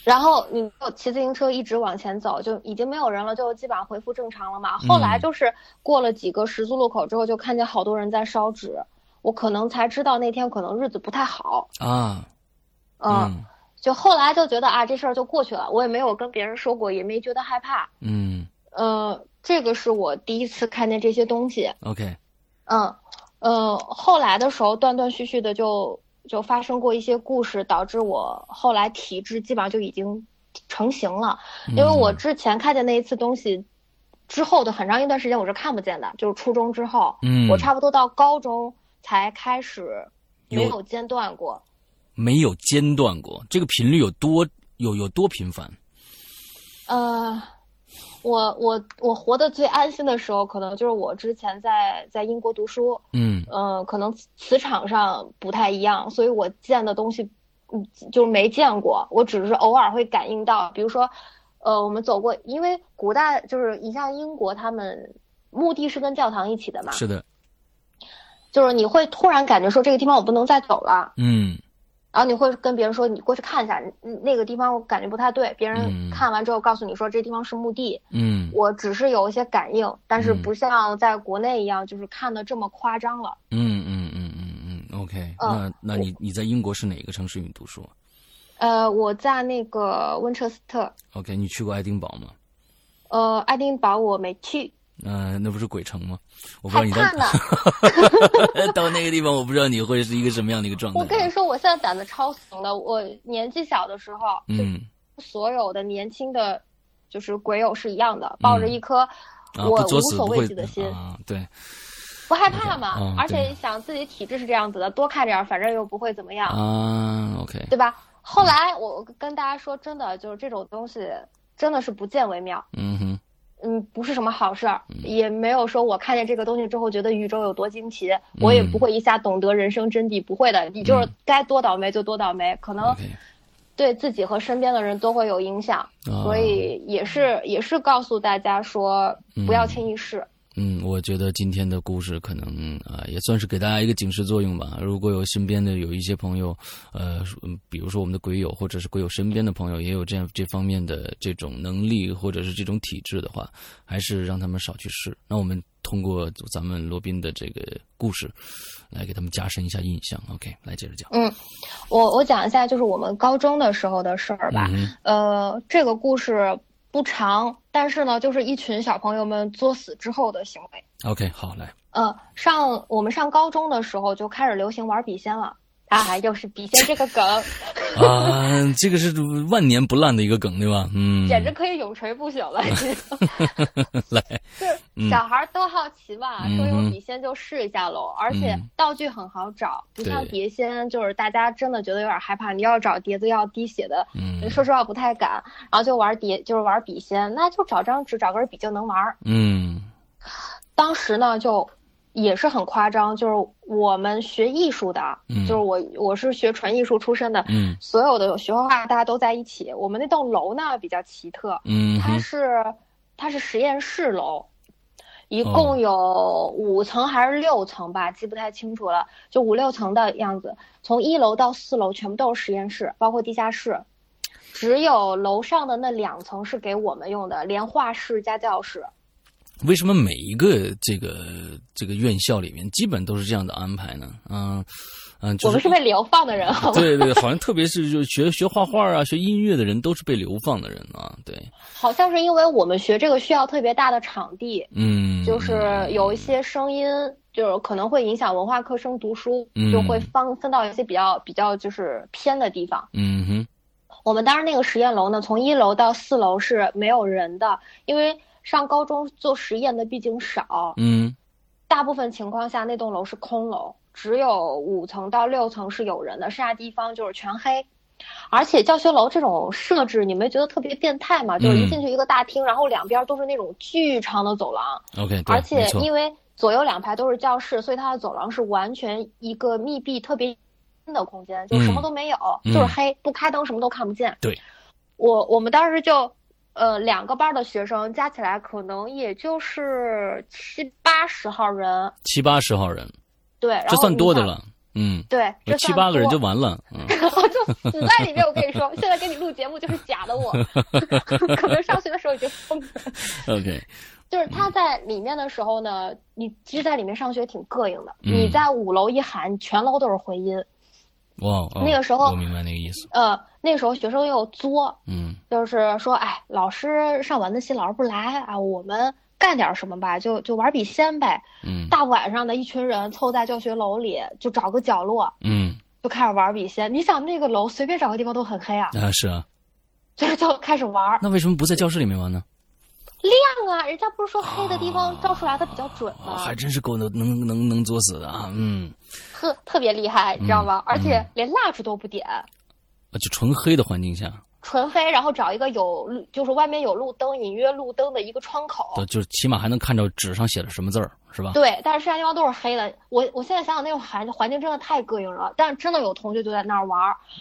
Speaker 2: 然后你骑自行车一直往前走，就已经没有人了，就基本上恢复正常了嘛。后来就是过了几个十字路口之后，就看见好多人在烧纸，我可能才知道那天可能日子不太好
Speaker 1: 啊，
Speaker 2: 嗯，嗯就后来就觉得啊，这事儿就过去了，我也没有跟别人说过，也没觉得害怕，
Speaker 1: 嗯，
Speaker 2: 呃，这个是我第一次看见这些东西。
Speaker 1: OK，
Speaker 2: 嗯，呃，后来的时候断断续续的就。就发生过一些故事，导致我后来体质基本上就已经成型了。因为
Speaker 1: 嗯
Speaker 2: 我之前看见那一次东西之后的很长一段时间我是看不见的，就是初中之后，
Speaker 1: 嗯，
Speaker 2: 我差不多到高中才开始没有间断过，
Speaker 1: 没有间断过。这个频率有多有有多频繁？
Speaker 2: 呃，我我我活得最安心的时候，可能就是我之前在在英国读书，
Speaker 1: 嗯
Speaker 2: 呃，可能磁场上不太一样，所以我见的东西，嗯，就没见过。我只是偶尔会感应到，比如说，呃，我们走过，因为古代就是你像英国，他们墓地是跟教堂一起的嘛，
Speaker 1: 是的，
Speaker 2: 就是你会突然感觉说这个地方我不能再走了，
Speaker 1: 嗯。
Speaker 2: 然后你会跟别人说，你过去看一下，嗯那个地方我感觉不太对。别人看完之后告诉你说，这地方是墓地。
Speaker 1: 嗯，
Speaker 2: 我只是有一些感应，但是不像在国内一样，就是看的这么夸张了。
Speaker 1: 嗯嗯嗯嗯嗯，OK
Speaker 2: 嗯
Speaker 1: 那那你你在英国是哪个城市你读书
Speaker 2: 呃，我在那个温彻斯特，
Speaker 1: ？OK，你去过爱丁堡吗？
Speaker 2: 呃，爱丁堡我没去，
Speaker 1: 呃，那不是鬼城吗？我不知道
Speaker 2: 害
Speaker 1: 你
Speaker 2: 怕呢
Speaker 1: 到。 到那个地方，我不知道你会是一个什么样的一个状态。
Speaker 2: 我跟你说，我现在胆子超怂的。我年纪小的时候，
Speaker 1: 嗯，
Speaker 2: 所有的年轻的，就是鬼友是一样的，抱着一颗
Speaker 1: 嗯啊，
Speaker 2: 我
Speaker 1: 不作
Speaker 2: 无
Speaker 1: 死
Speaker 2: 所
Speaker 1: 不
Speaker 2: 畏
Speaker 1: 会
Speaker 2: 惧的心，
Speaker 1: 啊，对，
Speaker 2: 不害怕嘛，
Speaker 1: 嗯
Speaker 2: 而
Speaker 1: 对
Speaker 2: 且想自己体质是这样子的，多看点儿，反正又不会怎么样，
Speaker 1: 啊，OK，嗯
Speaker 2: 对吧？后来我跟大家说，真的就是这种东西，真的是不见为妙，
Speaker 1: 嗯哼，
Speaker 2: 嗯，不是什么好事儿，
Speaker 1: 嗯
Speaker 2: 也没有说我看见这个东西之后觉得宇宙有多惊奇，我
Speaker 1: 嗯
Speaker 2: 也不会一下懂得人生真谛，不会的，你就是该多倒霉就多倒霉，可能
Speaker 1: OK
Speaker 2: 对自己和身边的人都会有影响，
Speaker 1: 啊
Speaker 2: 所以也是也是告诉大家说，不要轻易试。
Speaker 1: 嗯，我觉得今天的故事可能啊、呃也算是给大家一个警示作用吧。如果有身边的有一些朋友，呃，嗯比如说我们的鬼友或者是鬼友身边的朋友也有这样这方面的这种能力或者是这种体质的话，还是让他们少去试。那我们通过咱们罗宾的这个故事，来给他们加深一下印象。OK，来接着讲。
Speaker 2: 我我讲一下，就是我们高中的时候的事儿吧。
Speaker 1: 嗯哼
Speaker 2: 呃，这个故事不长，但是呢，就是一群小朋友们作死之后的行为。
Speaker 1: ，OK，好，来，
Speaker 2: 呃，上我们上高中的时候就开始流行玩笔仙了。啊，又是笔仙这个梗，
Speaker 1: 啊，这个是万年不烂的一个梗，对吧？嗯，
Speaker 2: 简直可以永垂不 朽了。已经
Speaker 1: 来，
Speaker 2: 就是小孩儿都好奇嘛，
Speaker 1: 嗯
Speaker 2: 说
Speaker 1: 哼
Speaker 2: 有笔仙就试一下喽。而且
Speaker 1: 嗯
Speaker 2: 道具很好找，不像
Speaker 1: 对
Speaker 2: 碟仙，就是大家真的觉得有点害怕，你要找碟子要滴血的，
Speaker 1: 嗯
Speaker 2: 说实话不太敢。然后就玩碟，就是玩笔仙，那就找张纸，找根笔就能玩儿。
Speaker 1: 嗯
Speaker 2: 当时呢，就也是很夸张，就是我们学艺术的，
Speaker 1: 嗯
Speaker 2: 就是我我是学纯艺术出身的，
Speaker 1: 嗯
Speaker 2: 所有的学画画大家都在一起。我们那栋楼呢比较奇特，
Speaker 1: 嗯
Speaker 2: 它
Speaker 1: 哼，
Speaker 2: 是它是实验室楼，一
Speaker 1: 哦
Speaker 2: 共有五层还是六层吧，记不太清楚了，就五六层的样子。从一楼到四楼全部都是实验室，包括地下室，只有楼上的那两层是给我们用的，连画室加教室。
Speaker 1: 为什么每一个这个这个院校里面，基本都是这样的安排呢？嗯嗯，就
Speaker 2: 我们是被流放的人，啊好吗？
Speaker 1: 对对，好像特别是就学学画画啊、学音乐的人，都是被流放的人啊。对，
Speaker 2: 好像是因为我们学这个需要特别大的场地，
Speaker 1: 嗯，
Speaker 2: 就是有一些声音，就是可能会影响文化课生读书，就会
Speaker 1: 嗯
Speaker 2: 放分到一些比较比较就是偏的地方。
Speaker 1: 嗯哼，
Speaker 2: 我们当时那个实验楼呢，从一楼到四楼是没有人的，因为上高中做实验的毕竟少，
Speaker 1: 嗯
Speaker 2: 大部分情况下那栋楼是空楼，只有五层到六层是有人的，剩下地方就是全黑。而且教学楼这种设置，你没觉得特别变态吗？就是一进去一个大厅，然后两边都是那种巨长的走廊，
Speaker 1: ，OK，对，
Speaker 2: 而且
Speaker 1: 没错
Speaker 2: 因为左右两排都是教室，所以它的走廊是完全一个密闭、特别阴的空间，就什么都没有，
Speaker 1: 嗯
Speaker 2: 就是黑，不开灯什么都看不见。
Speaker 1: 对，
Speaker 2: 我我们当时就，呃，两个班的学生加起来可能也就是七八十号人，
Speaker 1: 七八十号人，
Speaker 2: 对，然后
Speaker 1: 这算
Speaker 2: 你
Speaker 1: 多的
Speaker 2: 想。
Speaker 1: 了。嗯，
Speaker 2: 对，这
Speaker 1: 七八个 人就完了，嗯、
Speaker 2: 就死在里面。我跟你说，现在给你录节目就是假的我， 可能上学的时候已经疯了。
Speaker 1: 嗯 OK，
Speaker 2: 就是他在里面的时候呢，你其实在里面上学挺膈应的，嗯、你在五楼一喊，全楼都是回音。
Speaker 1: 哇，wow, oh,
Speaker 2: 那个时候
Speaker 1: 我明白那个意思。
Speaker 2: 呃，那个时候学生又作，
Speaker 1: 嗯，
Speaker 2: 就是说，哎，老师上晚自习，老师不来啊，我们干点什么吧，就就玩笔仙呗。
Speaker 1: 嗯，
Speaker 2: 大晚上的一群人凑在教学楼里，就找个角落，
Speaker 1: 嗯，
Speaker 2: 就开始玩笔仙。你想那个楼随便找个地方都很黑啊。
Speaker 1: 啊，是啊。
Speaker 2: 就是就开始玩。
Speaker 1: 那为什么不在教室里面玩呢？
Speaker 2: 亮啊，人家不是说黑的地方照出来的比较准吗？哦
Speaker 1: 啊、还真是够能能能能作死的啊，嗯。
Speaker 2: 特特别厉害，你知道吗？
Speaker 1: 嗯、
Speaker 2: 而且连蜡烛都不点，啊，
Speaker 1: 就纯黑的环境下，
Speaker 2: 纯黑，然后找一个有就是外面有路灯，隐约路灯的一个窗口，
Speaker 1: 对，就是起码还能看着纸上写的什么字儿，是吧？
Speaker 2: 对，但是剩下地方都是黑的。我我现在想想那种环环境真的太膈应了，但是真的有同学就在那儿玩，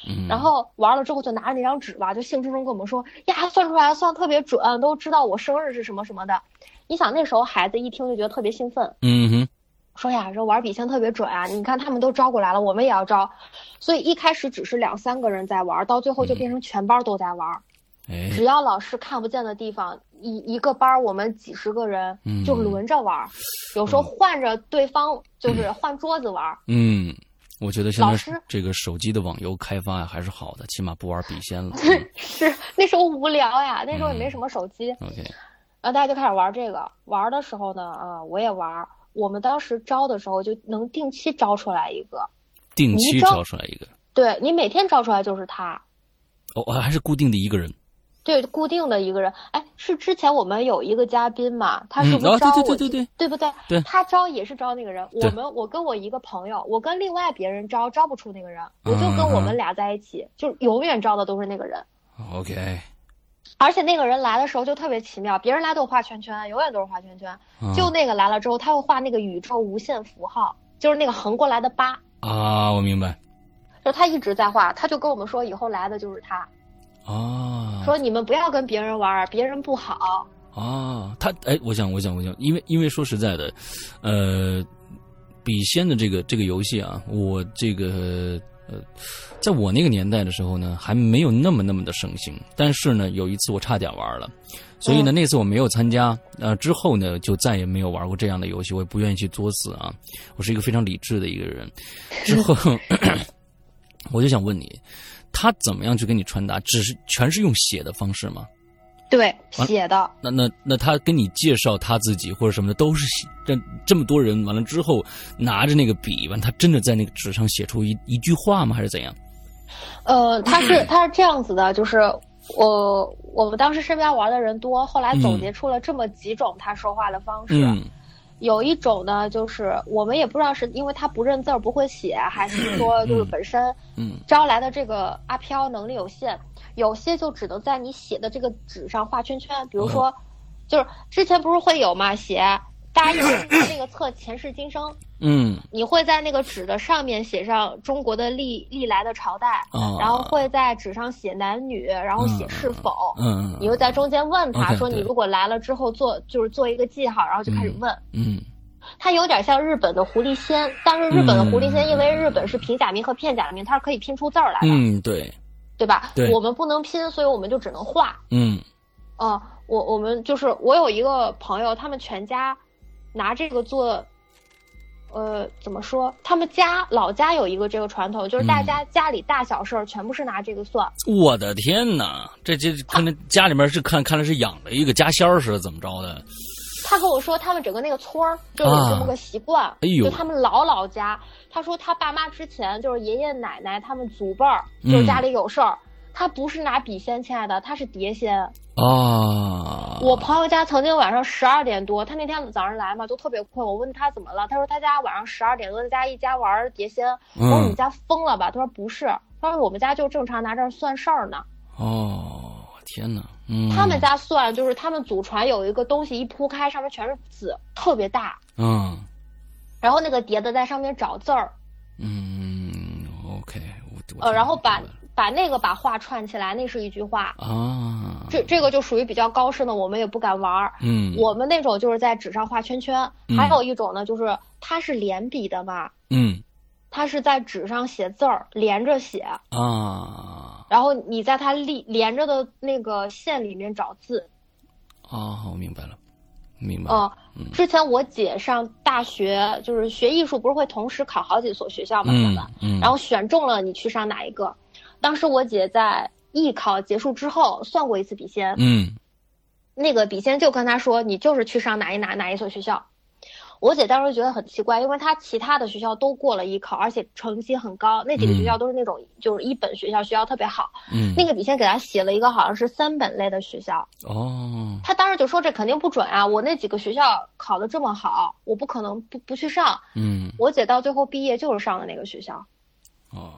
Speaker 1: 嗯、
Speaker 2: 然后玩了之后就拿着那张纸吧，就兴冲冲跟我们说呀，算出来算特别准，都知道我生日是什么什么的。你想那时候孩子一听就觉得特别兴奋，
Speaker 1: 嗯哼。
Speaker 2: 说呀，这玩笔仙特别准啊！你看他们都招过来了，我们也要招，所以一开始只是两三个人在玩，到最后就变成全班都在玩。
Speaker 1: 嗯、
Speaker 2: 只要老师看不见的地方，一一个班我们几十个人就轮着玩，
Speaker 1: 嗯、
Speaker 2: 有时候换着对方，就是换桌子玩。
Speaker 1: 嗯，我觉得现
Speaker 2: 老师
Speaker 1: 在这个手机的网游开发呀还是好的，起码不玩笔仙 了。 嗯
Speaker 2: 是那时候无聊呀，那时候也没什么手机。
Speaker 1: 嗯、OK，
Speaker 2: 然后大家就开始玩这个。玩的时候呢，啊，我也玩。我们当时招的时候就能定期招出来一个，
Speaker 1: 定期招出来一个，
Speaker 2: 对你每天招出来就是他，
Speaker 1: 哦，还是固定的一个人，
Speaker 2: 对，固定的一个人。哎，是之前我们有一个嘉宾嘛，他是不是招
Speaker 1: 我？嗯哦对对对对对，
Speaker 2: 对不对？
Speaker 1: 对，
Speaker 2: 他招也是招那个人。我们我跟我一个朋友，我跟另外别人招招不出那个人，
Speaker 1: 嗯
Speaker 2: 我就跟我们俩在一起，就永远招的都是那个人。
Speaker 1: OK。
Speaker 2: 而且那个人来的时候就特别奇妙，别人来都画圈圈，永远都是画圈圈。
Speaker 1: 啊、
Speaker 2: 就那个来了之后，他会画那个宇宙无限符号，就是那个横过来的八。
Speaker 1: 啊，我明白。
Speaker 2: 就他一直在画，他就跟我们说，以后来的就是他。
Speaker 1: 啊。
Speaker 2: 说你们不要跟别人玩，别人不好。
Speaker 1: 啊，他哎，我想，我想，我想，因为因为说实在的，呃，笔仙的这个这个游戏啊，我这个。呃，在我那个年代的时候呢，还没有那么那么的盛行。但是呢，有一次我差点玩了，所以呢，那次我没有参加。呃，之后呢，就再也没有玩过这样的游戏。我也不愿意去作死啊，我是一个非常理智的一个人。之后，我就想问你，他怎么样去跟你传达？只是全是用写的方式吗？
Speaker 2: 对，写的。啊、
Speaker 1: 那那那他跟你介绍他自己或者什么的，都是写。这这么多人完了之后，拿着那个笔，完他真的在那个纸上写出一一句话吗？还是怎样？
Speaker 2: 呃，他是他是这样子的，就是我我们当时身边玩的人多，后来总结出了这么几种他说话的方式。
Speaker 1: 嗯嗯
Speaker 2: 有一种呢，就是我们也不知道是因为他不认字儿不会写，还是说就是本身
Speaker 1: 嗯
Speaker 2: 招来的这个阿飘能力有限，有些就只能在你写的这个纸上画圈圈。比如说，就是之前不是会有嘛，写大家有那个测前世今生，
Speaker 1: 嗯，
Speaker 2: 你会在那个纸的上面写上中国的历历来的朝代，
Speaker 1: 哦、
Speaker 2: 然后会在纸上写男女，然后写是否，
Speaker 1: 嗯，嗯
Speaker 2: 你又在中间问他、
Speaker 1: okay,
Speaker 2: 说你如果来了之后做就是做一个记号，然后就开始问，
Speaker 1: 嗯，
Speaker 2: 它、嗯、有点像日本的狐狸仙，但是日本的狐狸仙因为日本是平假名和片假名，它是可以拼出字儿来的，
Speaker 1: 嗯，对，
Speaker 2: 对吧？
Speaker 1: 对，
Speaker 2: 我们不能拼，所以我们就只能画，
Speaker 1: 嗯，
Speaker 2: 哦、呃，我我们就是我有一个朋友，他们全家拿这个做。呃，怎么说？他们家老家有一个这个传统，就是大家家里大小事儿全部是拿这个算。
Speaker 1: 嗯、我的天哪，这这可能家里面是看看来是养了一个家仙儿似的，怎么着的？
Speaker 2: 他跟我说，他们整个那个村儿就是有这么个习惯。
Speaker 1: 哎呦，
Speaker 2: 就他们老老家，他说他爸妈之前就是爷爷奶奶他们祖辈儿，就是家里有事儿，
Speaker 1: 嗯、
Speaker 2: 他不是拿笔仙，亲爱的，他是碟仙。
Speaker 1: 啊！
Speaker 2: 我朋友家曾经晚上十二点多，他那天早上来嘛，就特别困。我问他怎么了，他说他家晚上十二点多，在家一家玩碟仙。
Speaker 1: 嗯、
Speaker 2: 我说你家疯了吧？他说不是，他说我们家就正常拿这算事儿呢。
Speaker 1: 哦，天哪！嗯，
Speaker 2: 他们家算就是他们祖传有一个东西，一铺开上面全是字，特别大。
Speaker 1: 嗯，
Speaker 2: 然后那个碟子在上面找字儿。
Speaker 1: 嗯，OK，我
Speaker 2: 呃，然后把。把那个把话串起来，那是一句话
Speaker 1: 啊。
Speaker 2: 这这个就属于比较高深的，我们也不敢玩儿。
Speaker 1: 嗯，
Speaker 2: 我们那种就是在纸上画圈圈。
Speaker 1: 嗯、
Speaker 2: 还有一种呢，就是它是连笔的嘛。
Speaker 1: 嗯，
Speaker 2: 他是在纸上写字儿，连着写，
Speaker 1: 啊
Speaker 2: 然后你在他立连着的那个线里面找字。
Speaker 1: 啊，我明白了，明白了。
Speaker 2: 嗯，之前我姐上大学就是学艺术，不是会同时考好几所学校嘛，对吧？
Speaker 1: 嗯，
Speaker 2: 然后选中了你去上哪一个。当时我姐在艺考结束之后算过一次笔仙，
Speaker 1: 嗯
Speaker 2: 那个笔仙就跟他说，你就是去上哪一哪哪一所学校。我姐当时觉得很奇怪，因为她其他的学校都过了艺考，而且成绩很高，那几个
Speaker 1: 嗯
Speaker 2: 学校都是那种、就是一本学校，学校特别好。
Speaker 1: 嗯，
Speaker 2: 那个笔仙给她写了一个好像是三本类的学校，
Speaker 1: 哦，
Speaker 2: 她当时就说这肯定不准啊，我那几个学校考得这么好，我不可能不不去上。
Speaker 1: 嗯
Speaker 2: 我姐到最后毕业就是上的那个学校，
Speaker 1: 哦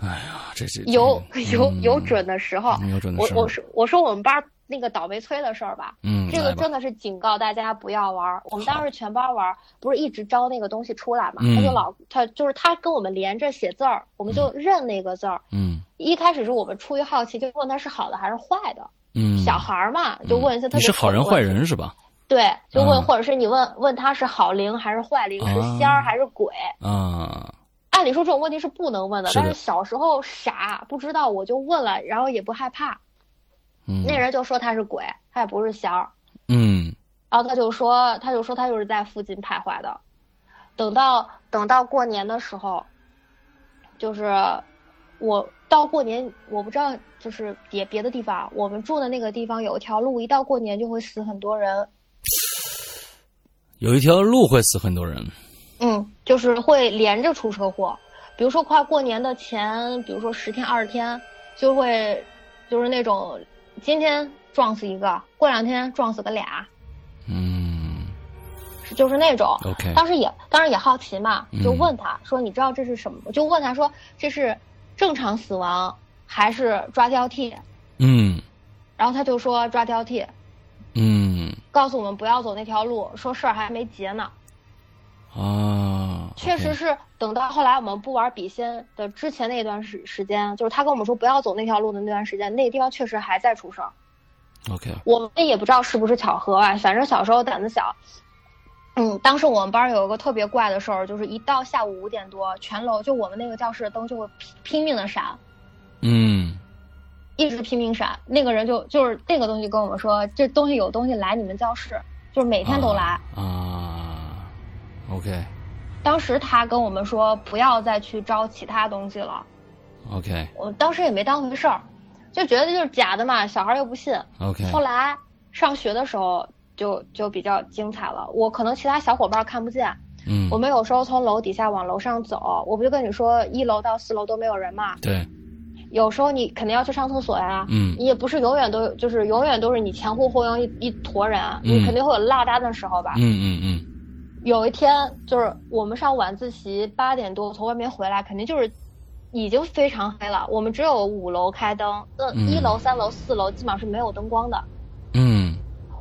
Speaker 1: 啊，这是
Speaker 2: 有有有准的时候。
Speaker 1: 有准的
Speaker 2: 我
Speaker 1: 事儿
Speaker 2: 我说我说我们班儿那个倒霉催的事儿吧，
Speaker 1: 嗯，
Speaker 2: 这个
Speaker 1: 来吧
Speaker 2: 真的是警告大家不要玩儿。我们当时全班玩儿，不是一直招那个东西出来嘛？
Speaker 1: 嗯
Speaker 2: 他就老他就是他跟我们连着写字儿，我们就认那个字儿。
Speaker 1: 嗯
Speaker 2: 一开始是我们出于好奇，就问他是好的还是坏的。
Speaker 1: 嗯，
Speaker 2: 小孩儿嘛，就问一些特别
Speaker 1: 你是好人
Speaker 2: 蠢的
Speaker 1: 坏
Speaker 2: 问题。
Speaker 1: 人是吧？
Speaker 2: 对，就
Speaker 1: 嗯
Speaker 2: 问或者是你问问他是好灵还是坏灵，是仙
Speaker 1: 啊
Speaker 2: 儿还是鬼？
Speaker 1: 啊，
Speaker 2: 按理说这种问题是不能问的，
Speaker 1: 是的
Speaker 2: 但是小时候傻不知道，我就问了，然后也不害怕。
Speaker 1: 嗯
Speaker 2: 那人就说他是鬼，他也不是仙儿。
Speaker 1: 嗯
Speaker 2: 然后他就说，他就说他就是在附近徘徊的。等到等到过年的时候，就是我到过年，我不知道就是别别的地方，啊我们住的那个地方有一条路，一到过年就会死很多人。
Speaker 1: 有一条路会死很多人，
Speaker 2: 嗯，就是会连着出车祸，比如说快过年的前，比如说十天二十天，就会就是那种今天撞死一个，过两天撞死个俩，
Speaker 1: 嗯
Speaker 2: 就是那种。
Speaker 1: ，OK，
Speaker 2: 当时也当时也好奇嘛，就
Speaker 1: 嗯
Speaker 2: 问他说：“你知道这是什么？”我就问他说：“这是正常死亡还是抓交替
Speaker 1: 嗯？”
Speaker 2: 然后他就说：“抓交替，
Speaker 1: 嗯
Speaker 2: 告诉我们不要走那条路，说事儿还没结呢。”
Speaker 1: 啊，
Speaker 2: 确实是，等到后来我们不玩笔仙的之前那段时时间，就是他跟我们说不要走那条路的那段时间，那个地方确实还在出事儿。
Speaker 1: OK，
Speaker 2: 我们也不知道是不是巧合啊，反正小时候胆子小。嗯，当时我们班儿有一个特别怪的事儿，就是一到下午五点多，全楼就我们那个教室的灯就会拼拼命的闪，
Speaker 1: 嗯
Speaker 2: 一直拼命闪。那个人就就是那个东西跟我们说，这东西有东西来你们教室，就是每天都来。
Speaker 1: 啊，OK
Speaker 2: 当时他跟我们说不要再去招其他东西了，
Speaker 1: OK
Speaker 2: 我当时也没当回事儿，就觉得就是假的嘛，小孩儿又不信。
Speaker 1: OK，
Speaker 2: 后来上学的时候就就比较精彩了，我可能其他小伙伴看不见，
Speaker 1: 嗯
Speaker 2: 我们有时候从楼底下往楼上走，我不就跟你说一楼到四楼都没有人嘛，
Speaker 1: 对，
Speaker 2: 有时候你肯定要去上厕所呀。
Speaker 1: 嗯
Speaker 2: 你也不是永远都就是永远都是你前呼后拥一一坨人，啊你
Speaker 1: 嗯
Speaker 2: 肯定会有落单的时候吧。
Speaker 1: 嗯嗯嗯
Speaker 2: 有一天就是我们上晚自习八点多从外面回来，肯定就是已经非常黑了。我们只有五楼开灯，那
Speaker 1: 嗯
Speaker 2: 一楼、三楼、四楼基本上是没有灯光的。
Speaker 1: 嗯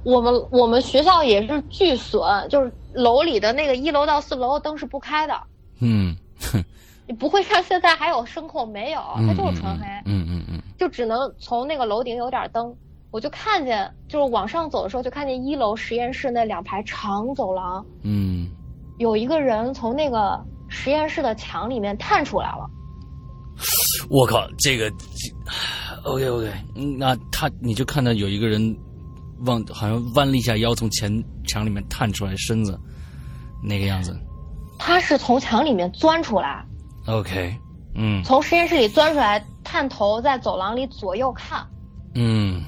Speaker 2: 我们我们学校也是巨损，就是楼里的那个一楼到四楼灯是不开的，
Speaker 1: 嗯，
Speaker 2: 你不会像现在还有声控没有，它就是纯黑，
Speaker 1: 嗯嗯嗯
Speaker 2: 就只能从那个楼顶有点灯。我就看见，就是往上走的时候，就看见一楼实验室那两排长走廊，
Speaker 1: 嗯
Speaker 2: 有一个人从那个实验室的墙里面探出来了。
Speaker 1: 我靠，这个，OK OK，那他你就看到有一个人往好像弯了一下腰，从前墙里面探出来身子，那个样子。
Speaker 2: 他是从墙里面钻出来，
Speaker 1: OK，嗯
Speaker 2: 从实验室里钻出来，探头在走廊里左右看，
Speaker 1: 嗯，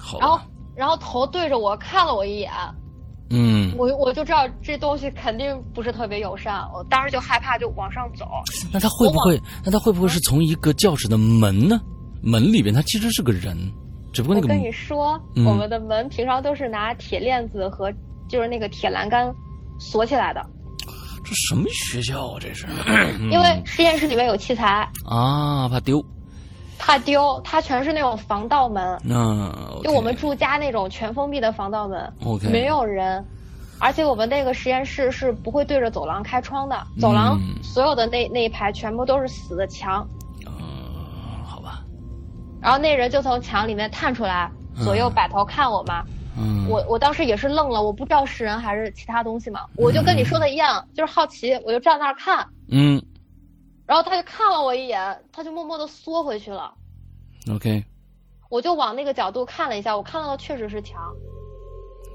Speaker 1: 好
Speaker 2: 然后
Speaker 1: 吧，
Speaker 2: 然后头对着我看了我一眼，
Speaker 1: 嗯，
Speaker 2: 我我就知道这东西肯定不是特别友善，我当时就害怕，就往上走。
Speaker 1: 那他会不会？那他会不会是从一个教室的门呢？门里边他其实是个人，只不过那
Speaker 2: 我
Speaker 1: 个
Speaker 2: 跟你说，
Speaker 1: 嗯
Speaker 2: 我们的门平常都是拿铁链子和就是那个铁栏杆锁起来的，
Speaker 1: 这什么学校啊？这是
Speaker 2: 因为实验室里面有器材，
Speaker 1: 啊，怕丢。
Speaker 2: 怕丢，它全是那种防盗门。
Speaker 1: 那
Speaker 2: 就我们住家那种全封闭的防盗门
Speaker 1: OK
Speaker 2: 没有人，而且我们那个实验室是不会对着走廊开窗的，走廊
Speaker 1: 嗯
Speaker 2: 所有的那那一排全部都是死的墙，
Speaker 1: 嗯，好吧，
Speaker 2: 然后那人就从墙里面探出来，左右摆头看我嘛，
Speaker 1: 嗯，
Speaker 2: 我我当时也是愣了，我不知道是人还是其他东西嘛，我就跟你说的一样，就是好奇，我就站那儿看，
Speaker 1: 嗯
Speaker 2: 然后他就看了我一眼，他就默默的缩回去了。
Speaker 1: ，OK，
Speaker 2: 我就往那个角度看了一下，我看到的确实是墙，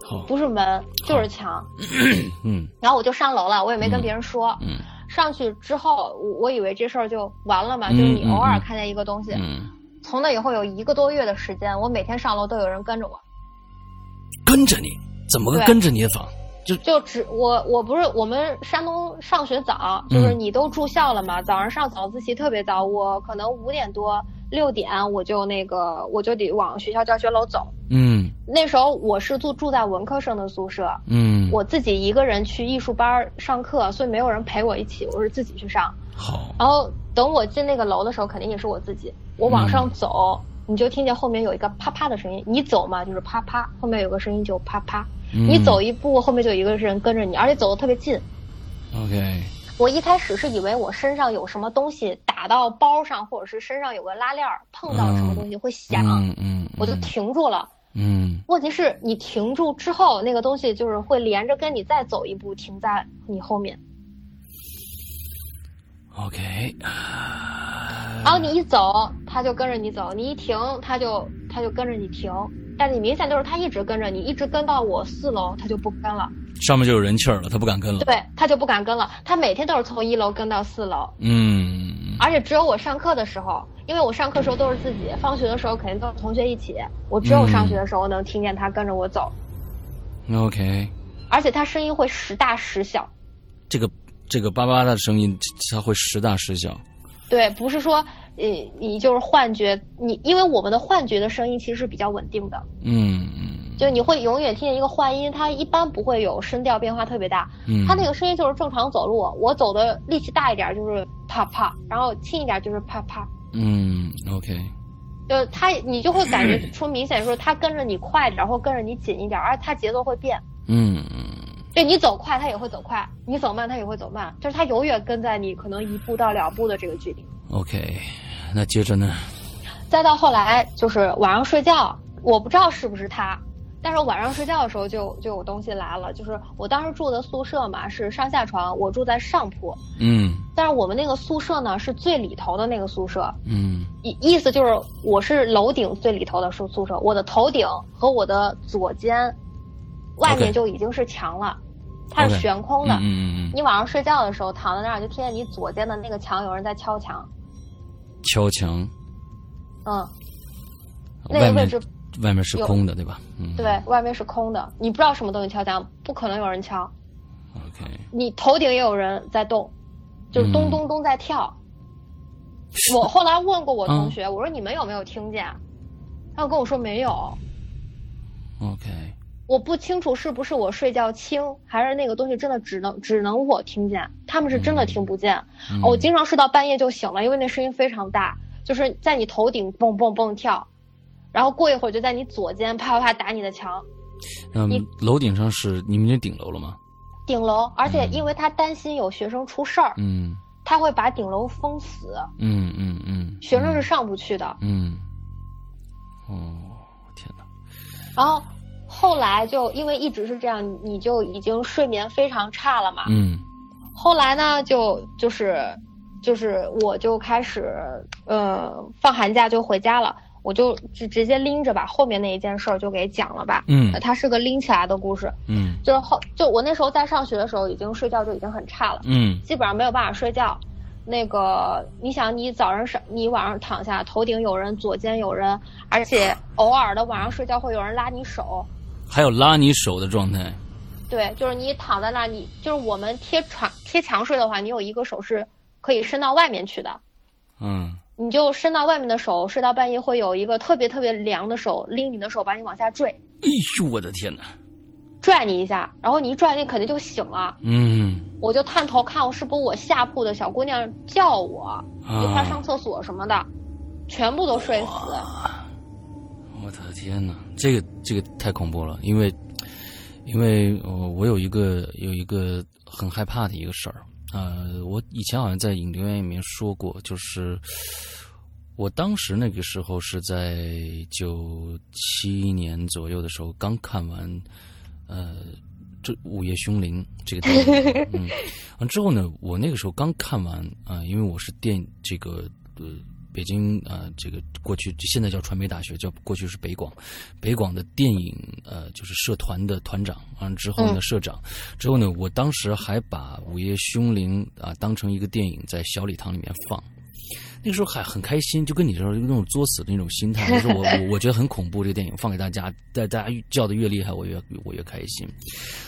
Speaker 1: 好，
Speaker 2: 不是门就是墙。
Speaker 1: 嗯
Speaker 2: 然后我就上楼了，我也没
Speaker 1: 嗯
Speaker 2: 跟别人说。
Speaker 1: 嗯
Speaker 2: 上去之后，我我以为这事儿就完了嘛，
Speaker 1: 嗯
Speaker 2: 就是你偶尔
Speaker 1: 嗯嗯
Speaker 2: 看见一个东西。
Speaker 1: 嗯，
Speaker 2: 从那以后有一个多月的时间，我每天上楼都有人跟着我，
Speaker 1: 跟着你，怎么个
Speaker 2: 对
Speaker 1: 跟着你法？
Speaker 2: 就只我我不是我们山东上学早，就是你都住校了嘛，早上上早自习特别早，我可能五点多六点我就那个我就得往学校教学楼走。
Speaker 1: 嗯
Speaker 2: 那时候我是住住在文科生的宿舍，
Speaker 1: 嗯，
Speaker 2: 我自己一个人去艺术班儿上课，所以没有人陪我一起，我是自己去上。
Speaker 1: 好，
Speaker 2: 然后等我进那个楼的时候，肯定也是我自己。我往上走，你就听见后面有一个啪啪的声音。你走嘛，就是啪啪，后面有个声音就啪啪。你
Speaker 1: 嗯
Speaker 2: 走一步，后面就有一个人跟着你，而且走的特别近。
Speaker 1: ，OK，
Speaker 2: 我一开始是以为我身上有什么东西打到包上，或者是身上有个拉链儿碰到什么东西会响，
Speaker 1: 嗯嗯，
Speaker 2: 啊我就停住了。
Speaker 1: 嗯
Speaker 2: 问题是你停住之后，那个东西就是会连着跟你再走一步，停在你后面。
Speaker 1: ，OK，嗯
Speaker 2: 然后你一走，它就跟着你走；你一停，它就它就跟着你停。但是你明显就是它一直跟着你，一直跟到我四楼，它就不跟了。
Speaker 1: 上面就有人气儿了，他不敢跟了，
Speaker 2: 对，它就不敢跟了。它每天都是从一楼跟到四楼，
Speaker 1: 嗯
Speaker 2: 而且只有我上课的时候，因为我上课时候都是自己，放学的时候肯定都是同学一起。我只有上学的时候能听见它跟着我走，
Speaker 1: 嗯，OK，
Speaker 2: 而且它声音会时大时小。
Speaker 1: 这个这个叭叭的声音，它会时大时小，
Speaker 2: 对，不是说，呃，你就是幻觉，你因为我们的幻觉的声音其实是比较稳定的，
Speaker 1: 嗯嗯
Speaker 2: 就你会永远听见一个幻音，它一般不会有声调变化特别大，
Speaker 1: 嗯，
Speaker 2: 它那个声音就是正常走路，我走的力气大一点就是啪啪，然后轻一点就是啪啪，
Speaker 1: 嗯，OK，
Speaker 2: 就是它你就会感觉出明显说它跟着你快点儿或跟着你紧一点儿，而且它节奏会变，
Speaker 1: 嗯嗯
Speaker 2: 对你走快它也会走快，你走慢它也会走慢，就是它永远跟在你可能一步到两步的这个距离。
Speaker 1: ，OK，那接着呢？
Speaker 2: 再到后来就是晚上睡觉，我不知道是不是他，但是我晚上睡觉的时候就就有东西来了，就是我当时住的宿舍嘛是上下床，我住在上铺，
Speaker 1: 嗯
Speaker 2: 但是我们那个宿舍呢是最里头的那个宿舍，
Speaker 1: 嗯
Speaker 2: 意意思就是我是楼顶最里头的宿宿舍，我的头顶和我的左肩，外
Speaker 1: OK
Speaker 2: 面就已经是墙了，它是
Speaker 1: OK
Speaker 2: 悬空的。
Speaker 1: 嗯嗯嗯，
Speaker 2: 你晚上睡觉的时候躺在那儿，就听见你左肩的那个墙有人在敲墙，
Speaker 1: 敲墙，
Speaker 2: 嗯，那
Speaker 1: 外
Speaker 2: 个
Speaker 1: 面
Speaker 2: 位置
Speaker 1: 外面是空的，对吧？嗯，
Speaker 2: 对，外面是空的，你不知道什么东西敲墙，不可能有人敲。
Speaker 1: ，OK，
Speaker 2: 你头顶也有人在动，就是
Speaker 1: 嗯
Speaker 2: 咚咚咚在跳。我后来问过我同
Speaker 1: 嗯
Speaker 2: 学，我说你们有没有听见？他跟我说没有，
Speaker 1: OK，
Speaker 2: 我不清楚是不是我睡觉轻，还是那个东西真的只能只能我听见，他们是真的听不见。哦
Speaker 1: 嗯
Speaker 2: 我经常睡到半夜就醒了，因为那声音非常大，就是在你头顶蹦蹦蹦跳，然后过一会儿就在你左肩啪啪啪打你的墙。
Speaker 1: 嗯
Speaker 2: 你，
Speaker 1: 楼顶上是你们那顶楼了吗？
Speaker 2: 顶楼，而且因为他担心有学生出事儿，
Speaker 1: 嗯
Speaker 2: 他会把顶楼封死，
Speaker 1: 嗯嗯嗯，
Speaker 2: 学生是上不去的。
Speaker 1: 嗯，哦，天哪，
Speaker 2: 然后后来就因为一直是这样，你就已经睡眠非常差了嘛。
Speaker 1: 嗯
Speaker 2: 后来呢，就就是就是我就开始呃放寒假就回家了，我就直直接拎着把后面那一件事儿就给讲了吧。
Speaker 1: 嗯
Speaker 2: 呃它是个拎起来的故事，
Speaker 1: 嗯
Speaker 2: 就是后就我那时候在上学的时候，已经睡觉就已经很差了。
Speaker 1: 嗯
Speaker 2: 基本上没有办法睡觉。那个，你想，你早上上，你晚上躺下，头顶有人，左肩有人，而且偶尔的晚上睡觉会有人拉你手。
Speaker 1: 还有拉你手的状态，
Speaker 2: 对，就是你躺在那儿，你就是我们贴床贴墙睡的话，你有一个手是可以伸到外面去的，
Speaker 1: 嗯
Speaker 2: 你就伸到外面的手，睡到半夜会有一个特别特别凉的手拎你的手，把你往下坠，
Speaker 1: 哎呦，我的天哪！
Speaker 2: 拽你一下，然后你一拽，你肯定就醒了。
Speaker 1: 嗯
Speaker 2: 我就探头看我是不是我下铺的小姑娘叫我，
Speaker 1: 啊
Speaker 2: 就她上厕所什么的，全部都睡死。
Speaker 1: 我的天哪，这个这个太恐怖了，因为因为呃，我有一个有一个很害怕的一个事儿，呃，我以前好像在影留言里面说过，就是我当时那个时候是在九七年左右的时候，刚看完，呃，这《午夜凶铃》这个电影，嗯，完之后呢，我那个时候刚看完啊、呃因为我是电这个呃北京啊、呃这个过去现在叫传媒大学，叫过去是北广，北广的电影呃就是社团的团长，完了之后呢、
Speaker 2: 嗯
Speaker 1: 社长，之后呢，我当时还把《午夜凶铃》啊、当成一个电影在小礼堂里面放。那个时候还很开心，就跟你这种那种作死的那种心态，就是我我我觉得很恐怖，这个电影放给大家，大大家越叫的越厉害，我越我越开心。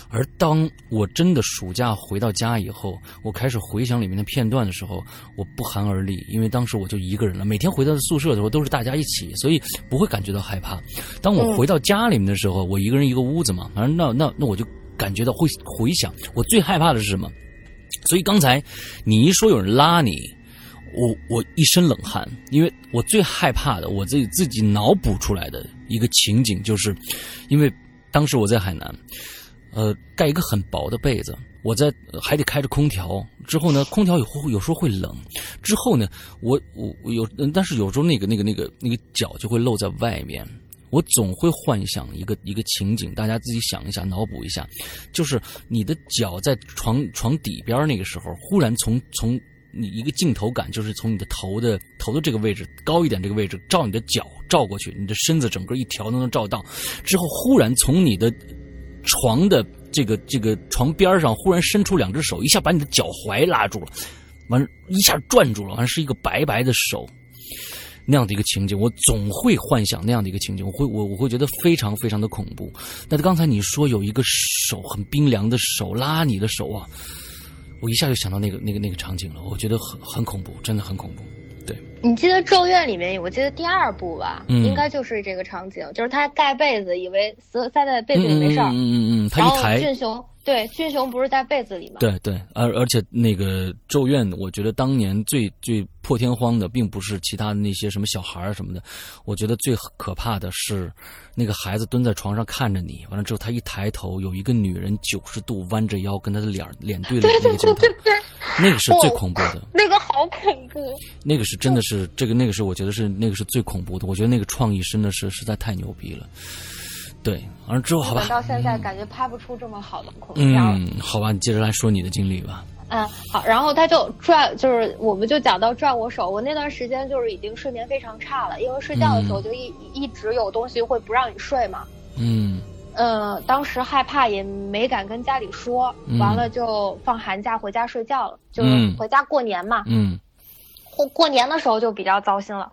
Speaker 1: 而当我真的暑假回到家以后，我开始回想里面的片段的时候，我不寒而栗，因为当时我就一个人了，每天回到宿舍的时候都是大家一起，所以不会感觉到害怕。当我回到家里面的时候，我一个人一个屋子嘛，反正那那那我就感觉到会回想，我最害怕的是什么？所以刚才你一说有人拉你，我我一身冷汗，因为我最害怕的，我自己自己脑补出来的一个情景，就是因为当时我在海南，呃，盖一个很薄的被子，我在呃还得开着空调，之后呢，空调有会有时候会冷，之后呢，我我我有，嗯但是有时候那个那个那个那个脚就会露在外面。我总会幻想一个一个情景，大家自己想一下，脑补一下，就是你的脚在床床底边儿那个时候，忽然从从你一个镜头感，就是从你的头的头的这个位置高一点这个位置照你的脚照过去，你的身子整个一条都能照到，之后忽然从你的床的这个这个床边儿上忽然伸出两只手，一下把你的脚踝拉住了，完了一下攥住了，完了是一个白白的手。那样的一个情景，我总会幻想那样的一个情景，我会我我会觉得非常非常的恐怖。但是刚才你说有一个手很冰凉的手拉你的手啊，我一下就想到那个那个那个场景了，我觉得很很恐怖，真的很恐怖。
Speaker 2: 你记得《咒怨》里面，我记得第二部吧，
Speaker 1: 嗯
Speaker 2: 应该就是这个场景，就是他盖被子，以为塞塞在被子里没事儿，
Speaker 1: 嗯嗯嗯嗯，他
Speaker 2: 然
Speaker 1: 一
Speaker 2: 后
Speaker 1: 抬，
Speaker 2: 俊雄对俊雄不是在被子里吗？
Speaker 1: 对对，而而且那个《咒怨》，我觉得当年最最破天荒的，并不是其他的那些什么小孩儿什么的，我觉得最可怕的是那个孩子蹲在床上看着你，完了之后他一抬头，有一个女人九十度弯着腰跟他的脸儿脸对了那个镜头，那个是最恐怖的。
Speaker 2: 那个好恐怖，
Speaker 1: 那个是真的是这个那个是我觉得是那个是最恐怖的，我觉得那个创意真的是实在太牛逼了。对，完了之后好吧
Speaker 2: 我，到现在感觉拍不出这么好的恐怖片了。
Speaker 1: 嗯，好吧，你接着来说你的经历吧。
Speaker 2: 嗯，好，然后他就拽，就是我们就讲到拽我手，我那段时间就是已经睡眠非常差了，因为睡觉的时候就一、一直有东西会不让你睡嘛。
Speaker 1: 嗯
Speaker 2: 嗯，当时害怕也没敢跟家里说，
Speaker 1: 嗯
Speaker 2: 完了就放寒假回家睡觉了，就是
Speaker 1: 嗯
Speaker 2: 回家过年嘛。
Speaker 1: 嗯
Speaker 2: 过过年的时候就比较糟心了，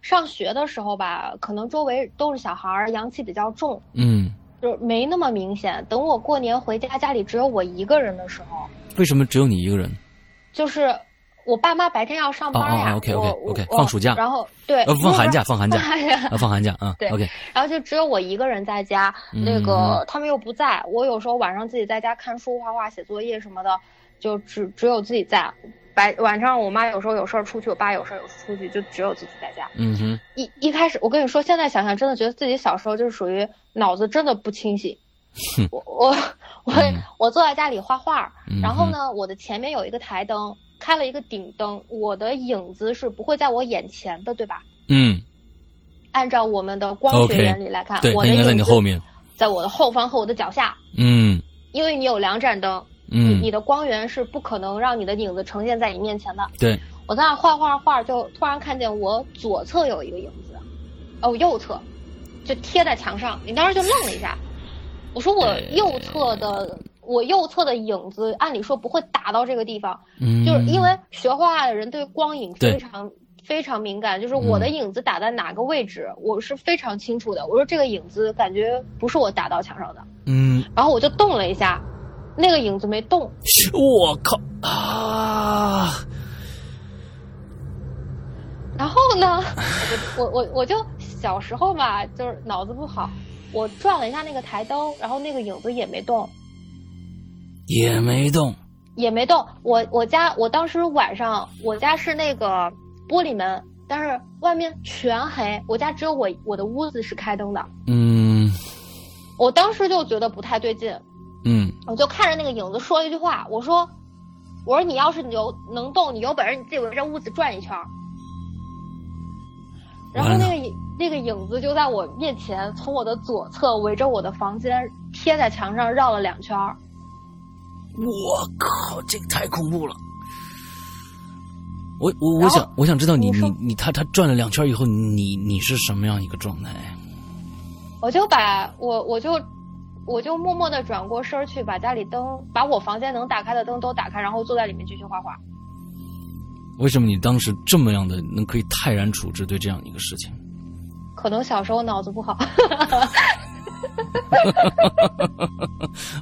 Speaker 2: 上学的时候吧，可能周围都是小孩儿，阳气比较重，
Speaker 1: 嗯，
Speaker 2: 就是没那么明显。等我过年回家，家里只有我一个人的时候，
Speaker 1: 为什么只有你一个人？
Speaker 2: 就是我爸妈白天要上班
Speaker 1: 哦哦
Speaker 2: 呀、
Speaker 1: 哦，OK，OK，
Speaker 2: 我
Speaker 1: OK，
Speaker 2: 我
Speaker 1: 放暑假
Speaker 2: 然后对，
Speaker 1: 呃，放寒假，放寒
Speaker 2: 不
Speaker 1: 假
Speaker 2: 是，
Speaker 1: 啊，
Speaker 2: 放寒假，
Speaker 1: 放寒假啊。
Speaker 2: 对
Speaker 1: o k
Speaker 2: 然后就只有我一个人在家，
Speaker 1: 嗯
Speaker 2: 那个他们又不在，我有时候晚上自己在家看书、画画、写作业什么的，就只只有自己在。白晚上我妈有时候有事儿出去，我爸有事儿有出去，就只有自己在家。
Speaker 1: 嗯哼，
Speaker 2: 一一开始，我跟你说，现在想想，真的觉得自己小时候就是属于脑子真的不清醒。我我我
Speaker 1: 嗯
Speaker 2: 我坐在家里画画，
Speaker 1: 嗯
Speaker 2: 然后呢，我的前面有一个台灯，开了一个顶灯，我的影子是不会在我眼前的，对吧？
Speaker 1: 嗯，
Speaker 2: 按照我们的光学
Speaker 1: OK，
Speaker 2: 原理来看
Speaker 1: 对，
Speaker 2: 我
Speaker 1: 他
Speaker 2: 的
Speaker 1: 应该在
Speaker 2: 影
Speaker 1: 你
Speaker 2: 子
Speaker 1: 后面。
Speaker 2: 在我的后方和我的脚下，
Speaker 1: 嗯
Speaker 2: 因为你有两盏灯，你
Speaker 1: 嗯
Speaker 2: 你，的光源是不可能让你的影子呈现在你面前的。
Speaker 1: 对，
Speaker 2: 我在那画画画，就突然看见我左侧有一个影子，哦，右侧，就贴在墙上。你当时就愣了一下，我说我右侧的，我右侧的影子，按理说不会打到这个地方，
Speaker 1: 嗯，
Speaker 2: 就是因为学画画的人对光影
Speaker 1: 对
Speaker 2: 非常。非常敏感，就是我的
Speaker 1: 嗯
Speaker 2: 影子打在哪个位置，我是非常清楚的。我说这个影子感觉不是我打到墙上的，
Speaker 1: 嗯，
Speaker 2: 然后我就动了一下，那个影子没动，
Speaker 1: 我靠啊，
Speaker 2: 然后呢， 我我我我就小时候嘛，就是脑子不好，我转了一下那个台灯，然后那个影子也没动，
Speaker 1: 也没动。
Speaker 2: 也没动。我我家我当时晚上我家是那个玻璃门，但是外面全黑，我家只有我我的屋子是开灯的。
Speaker 1: 嗯
Speaker 2: 我当时就觉得不太对劲，
Speaker 1: 嗯
Speaker 2: 我就看着那个影子说了一句话，我说：“我说你要是有能动，你有本事你自己围着屋子转一圈儿。”然后那个那个影子就在我面前，从我的左侧围着我的房间贴在墙上绕了两圈儿。
Speaker 1: 我靠，这个太恐怖了！我我我想我想知道你你你他他转了两圈以后，你你是什么样一个状态？
Speaker 2: 我就把我我就我就默默的转过身去，把家里灯把我房间能打开的灯都打开，然后坐在里面继续画画。
Speaker 1: 为什么你当时这么样的能可以泰然处之对这样一个事情？
Speaker 2: 可能小时候脑子不好。